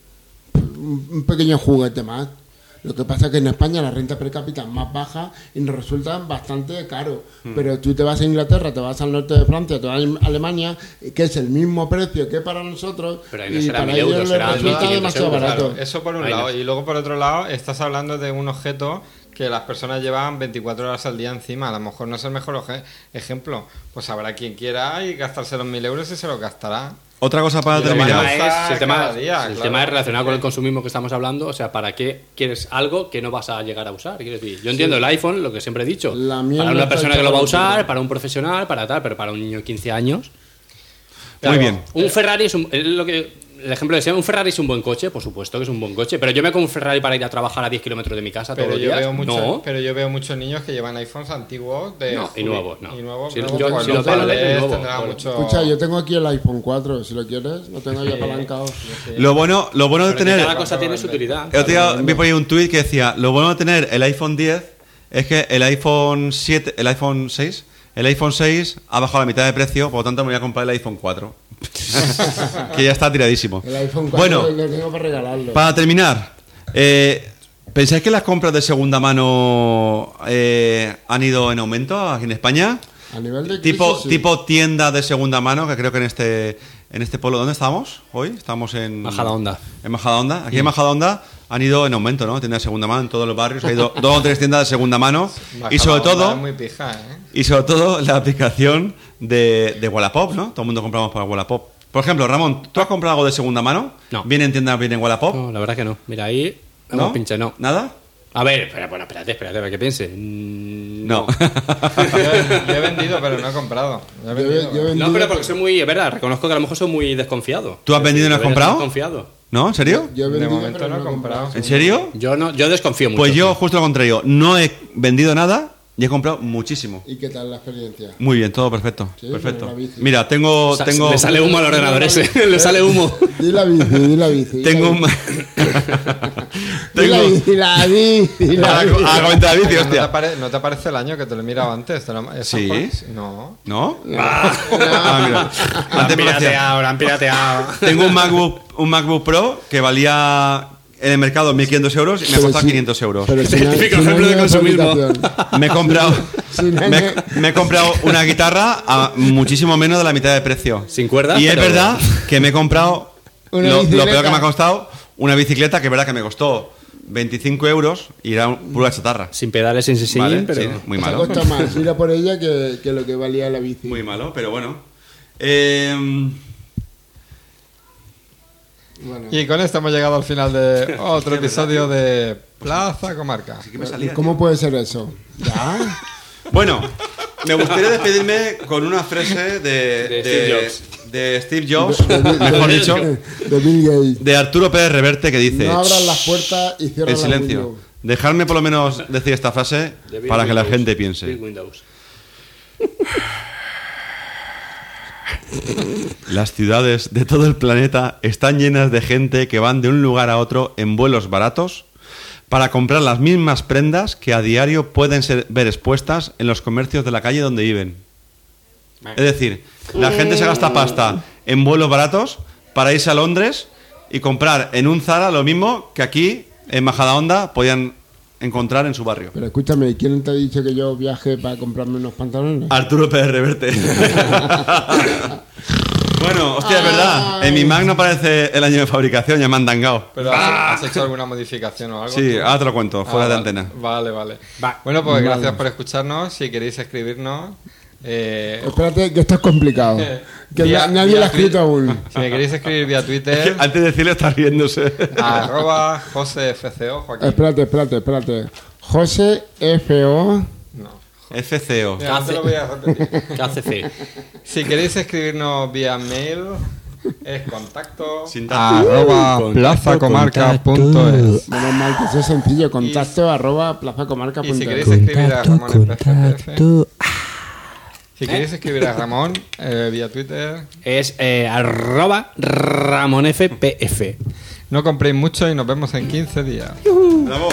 [SPEAKER 3] un, un pequeño juguete más. Lo que pasa es que en España la renta per cápita es más baja y nos resulta bastante caro.
[SPEAKER 2] Mm.
[SPEAKER 3] Pero tú te vas a Inglaterra, te vas al norte de Francia, te vas a Alemania, que es el mismo precio que para nosotros,
[SPEAKER 2] Pero ahí no
[SPEAKER 3] y
[SPEAKER 2] será
[SPEAKER 3] para
[SPEAKER 2] 1000
[SPEAKER 3] ellos
[SPEAKER 2] euros,
[SPEAKER 3] les
[SPEAKER 2] será
[SPEAKER 3] resulta
[SPEAKER 2] 1500
[SPEAKER 3] demasiado
[SPEAKER 2] euros,
[SPEAKER 3] barato.
[SPEAKER 2] claro.
[SPEAKER 1] Eso por un
[SPEAKER 2] Ahí
[SPEAKER 1] lado.
[SPEAKER 2] no.
[SPEAKER 1] Y luego por otro lado, estás hablando de un objeto que las personas llevaban 24 horas al día encima. A lo mejor no es el mejor oje- ejemplo. Pues habrá quien quiera y gastarse los mil euros y se los gastará.
[SPEAKER 4] Otra cosa para
[SPEAKER 1] Y el
[SPEAKER 4] terminar.
[SPEAKER 1] tema
[SPEAKER 2] es, el tema,
[SPEAKER 1] cada día,
[SPEAKER 2] el
[SPEAKER 1] claro.
[SPEAKER 2] tema es relacionado con el consumismo que estamos hablando. O sea, ¿para qué quieres algo que no vas a llegar a usar? Quiero decir, yo entiendo el iPhone, lo que siempre he dicho.
[SPEAKER 3] La mierda
[SPEAKER 2] para una
[SPEAKER 3] está
[SPEAKER 2] persona
[SPEAKER 3] hecha
[SPEAKER 2] que lo va a
[SPEAKER 3] para
[SPEAKER 2] usar,
[SPEAKER 3] vender.
[SPEAKER 2] para un profesional, para tal, pero para un niño de 15 años.
[SPEAKER 4] Muy
[SPEAKER 1] Claro.
[SPEAKER 4] bien.
[SPEAKER 2] Un Ferrari es un. es lo que, el ejemplo de siempre, un Ferrari es un buen coche, por supuesto que es un buen coche, pero yo me compro un Ferrari para ir a trabajar a 10 kilómetros de mi casa
[SPEAKER 1] Pero
[SPEAKER 2] todos los
[SPEAKER 1] yo,
[SPEAKER 2] días.
[SPEAKER 1] veo mucho-
[SPEAKER 2] no.
[SPEAKER 1] pero yo veo muchos niños que llevan iPhones antiguos de
[SPEAKER 2] No, y
[SPEAKER 1] jubi-
[SPEAKER 2] nuevos, no.
[SPEAKER 1] Y nuevos,
[SPEAKER 2] Si-
[SPEAKER 1] nuevos,
[SPEAKER 2] yo-
[SPEAKER 1] pues
[SPEAKER 2] si lo
[SPEAKER 1] los
[SPEAKER 2] veo, lo
[SPEAKER 1] padres
[SPEAKER 2] veo nuevo,
[SPEAKER 1] tendrán
[SPEAKER 2] por-
[SPEAKER 1] mucho-
[SPEAKER 3] Escucha, yo tengo aquí el iPhone 4, si lo quieres, lo tengo
[SPEAKER 2] [laughs]
[SPEAKER 3] ahí
[SPEAKER 1] Sí.
[SPEAKER 3] apalancado.
[SPEAKER 4] Lo bueno, lo bueno de
[SPEAKER 2] Pero que
[SPEAKER 4] tener.
[SPEAKER 2] cada cosa tiene su utilidad.
[SPEAKER 4] El otro día me ponía un tuit que decía: Lo bueno de tener el iPhone 10 es que el iPhone 7, el iPhone 6, el iPhone 6 ha bajado la mitad de precio, por lo tanto me voy a comprar el iPhone 4. [laughs] que ya está tiradísimo.
[SPEAKER 3] El iPhone 4
[SPEAKER 4] bueno,
[SPEAKER 3] lo tengo para regalarlo.
[SPEAKER 4] Para terminar, eh, ¿pensáis que las compras de segunda mano eh, han ido en aumento aquí en España?
[SPEAKER 3] a nivel de
[SPEAKER 4] Tipo,
[SPEAKER 3] crisis, sí.
[SPEAKER 4] tipo tienda de segunda mano, que creo que en este en este pueblo, ¿dónde estamos hoy? Estamos en...
[SPEAKER 2] Majadahonda.
[SPEAKER 4] En Majadahonda. Aquí en Majadahonda han ido en aumento, ¿no? Tiendas de segunda mano en todos los barrios.
[SPEAKER 2] [laughs]
[SPEAKER 4] Hay do- dos o tres tiendas de segunda mano.
[SPEAKER 1] Baja
[SPEAKER 4] Y sobre
[SPEAKER 1] la onda,
[SPEAKER 4] todo...
[SPEAKER 1] es muy pija, ¿eh?
[SPEAKER 4] Y sobre todo la aplicación de, de Wallapop, ¿no? Todo el mundo compramos para Wallapop. Por ejemplo, Ramón, ¿tú has comprado algo de segunda mano?
[SPEAKER 2] No.
[SPEAKER 4] ¿Viene en tienda, viene en Wallapop?
[SPEAKER 2] No, la verdad que no. Mira, ahí. No, pinche, no.
[SPEAKER 4] ¿Nada?
[SPEAKER 2] A ver, espera, bueno, espérate, espérate, para que piense. Mm,
[SPEAKER 4] No.
[SPEAKER 1] Yo he, yo he vendido, pero no he comprado. Yo he
[SPEAKER 3] Yo
[SPEAKER 1] vendido.
[SPEAKER 3] he- yo he
[SPEAKER 2] No,
[SPEAKER 3] vendido-
[SPEAKER 2] pero porque soy muy, es verdad, reconozco que a lo mejor soy muy desconfiado.
[SPEAKER 4] ¿Tú has vendido y no has
[SPEAKER 2] Yo soy
[SPEAKER 4] comprado?
[SPEAKER 2] Desconfiado.
[SPEAKER 4] ¿No? ¿En serio?
[SPEAKER 3] Yo he
[SPEAKER 1] de
[SPEAKER 3] vendido,
[SPEAKER 1] momento
[SPEAKER 3] pero
[SPEAKER 1] no he comprado.
[SPEAKER 4] ¿En serio?
[SPEAKER 2] Yo no, yo desconfío mucho.
[SPEAKER 4] Pues yo, justo lo contrario, no he vendido nada Y he comprado muchísimo.
[SPEAKER 3] ¿Y qué tal la experiencia?
[SPEAKER 4] Muy bien, todo perfecto.
[SPEAKER 3] Sí,
[SPEAKER 4] perfecto.
[SPEAKER 3] pero la bici.
[SPEAKER 4] Mira, tengo,
[SPEAKER 2] Sa-
[SPEAKER 4] tengo,
[SPEAKER 2] Le sale humo al ordenador ese, [laughs] le sale humo.
[SPEAKER 3] Di la bici, di la bici. di
[SPEAKER 4] [laughs] tengo,
[SPEAKER 3] la
[SPEAKER 4] un-
[SPEAKER 3] bici. Di la
[SPEAKER 4] [laughs] tengo.
[SPEAKER 3] bici, la bici,
[SPEAKER 2] [laughs]
[SPEAKER 3] la
[SPEAKER 4] Ah,
[SPEAKER 3] bici.
[SPEAKER 4] ah, comenta la bici,
[SPEAKER 1] Pero ¿No, te
[SPEAKER 4] hostia.
[SPEAKER 1] apare- ¿No te aparece el año que te lo he mirado antes? ¿Te lo- esas
[SPEAKER 4] Sí.
[SPEAKER 1] cosas? No. ah.
[SPEAKER 4] ¿No? Ah, mira. Antes me lo hacía.
[SPEAKER 2] han pirateado.
[SPEAKER 4] Tengo un MacBook, un MacBook Pro que valía en el mercado 1.500 euros y me ha
[SPEAKER 3] Pero
[SPEAKER 4] costado
[SPEAKER 3] si-
[SPEAKER 4] 500 euros. [laughs]
[SPEAKER 3] pero si
[SPEAKER 2] El
[SPEAKER 3] no-
[SPEAKER 2] típico
[SPEAKER 3] si no
[SPEAKER 2] ejemplo de
[SPEAKER 3] hay otra
[SPEAKER 2] consumismo.
[SPEAKER 3] aplicación.
[SPEAKER 4] Me he comprado,
[SPEAKER 3] Sin- sin
[SPEAKER 4] me,
[SPEAKER 3] año- [laughs]
[SPEAKER 4] me he comprado una guitarra a muchísimo menos de la mitad de precio.
[SPEAKER 2] Sin cuerdas,
[SPEAKER 4] Y es
[SPEAKER 2] pero-
[SPEAKER 4] verdad
[SPEAKER 2] [laughs]
[SPEAKER 4] que me he comprado lo,
[SPEAKER 3] Una
[SPEAKER 4] lo peor
[SPEAKER 3] bicicleta.
[SPEAKER 4] que me ha costado una bicicleta que es verdad que me costó 25 euros y era un- pura chatarra.
[SPEAKER 2] Sin pedales, sin sin
[SPEAKER 4] Vale,
[SPEAKER 2] pero.
[SPEAKER 4] sí, muy
[SPEAKER 3] Te
[SPEAKER 4] malo.
[SPEAKER 3] cuesta más ir a por ella que, que lo que valía la
[SPEAKER 4] [laughs]
[SPEAKER 3] bici.
[SPEAKER 4] Muy malo, pero bueno. Eh,
[SPEAKER 3] Bueno.
[SPEAKER 1] Y con esto hemos llegado al final de otro episodio de Plaza Comarca.
[SPEAKER 4] sí que me salía,
[SPEAKER 3] ¿Cómo puede ser eso? ¿Ya?
[SPEAKER 4] tío. Bueno, me gustaría despedirme con una frase de,
[SPEAKER 2] De
[SPEAKER 4] de-
[SPEAKER 2] Steve
[SPEAKER 4] de Steve Jobs,
[SPEAKER 3] [laughs] De- de-
[SPEAKER 4] mejor
[SPEAKER 3] de-
[SPEAKER 4] dicho,
[SPEAKER 3] De Bill Gates.
[SPEAKER 4] de Arturo Pérez Reverte que dice...
[SPEAKER 3] No abras las puertas y cierra
[SPEAKER 4] El
[SPEAKER 3] las
[SPEAKER 4] silencio.
[SPEAKER 3] windows.
[SPEAKER 4] Dejarme por lo menos decir esta frase
[SPEAKER 2] De Bill
[SPEAKER 4] para que la
[SPEAKER 2] Windows,
[SPEAKER 4] gente
[SPEAKER 2] Bill
[SPEAKER 4] piense.
[SPEAKER 2] Windows.
[SPEAKER 4] Las ciudades de todo el planeta están llenas de gente que van de un lugar a otro en vuelos baratos para comprar las mismas prendas que a diario pueden ser, ver expuestas en los comercios de la calle donde viven. Es decir, la gente se gasta pasta en vuelos baratos para irse a Londres y comprar en un Zara lo mismo que aquí en Majadahonda podían encontrar en su barrio.
[SPEAKER 3] Pero escúchame, ¿quién te ha dicho que yo viaje para comprarme unos pantalones?
[SPEAKER 4] Arturo
[SPEAKER 1] [laughs]
[SPEAKER 4] Pérez Reverte. bueno, hostia, es verdad. En mi Mac no aparece el año de fabricación, ya me han tangado.
[SPEAKER 1] ¿Pero has, has hecho alguna modificación o algo?
[SPEAKER 4] Sí,
[SPEAKER 1] tú?
[SPEAKER 4] ahora te lo cuento, fuera
[SPEAKER 1] Ah,
[SPEAKER 4] de
[SPEAKER 1] vale,
[SPEAKER 4] antena.
[SPEAKER 1] Vale, vale.
[SPEAKER 2] Va.
[SPEAKER 1] Bueno, pues gracias por escucharnos. Si queréis escribirnos, eh,
[SPEAKER 3] [laughs] Espérate, que esto es complicado. Que
[SPEAKER 1] Vía-
[SPEAKER 3] na- nadie
[SPEAKER 1] vía
[SPEAKER 3] lo ha escrito
[SPEAKER 1] twi-
[SPEAKER 3] aún.
[SPEAKER 1] Si me queréis escribir vía Twitter,
[SPEAKER 4] Antes de decirlo,
[SPEAKER 1] [laughs]
[SPEAKER 4] estás riéndose.
[SPEAKER 1] arroba josefco, Joaquín.
[SPEAKER 3] Espérate, espérate, espérate. José F.O.
[SPEAKER 1] No.
[SPEAKER 4] FCO.
[SPEAKER 1] Mira, no te lo voy a repetir.
[SPEAKER 2] KCC.
[SPEAKER 1] Si queréis escribirnos vía mail, es contacto
[SPEAKER 4] Sin tanto.
[SPEAKER 1] arroba plazacomarca.es.
[SPEAKER 3] Menos mal que eso es sencillo. Contacto arroba
[SPEAKER 1] Y si
[SPEAKER 3] plazacomarca.es.
[SPEAKER 1] queréis escribir a Ramón en PFF, Si queréis escribir a Ramón eh, vía Twitter,
[SPEAKER 2] Es eh, arroba ramonfpf.
[SPEAKER 1] no compréis mucho y nos vemos en 15 días.
[SPEAKER 4] Bravo.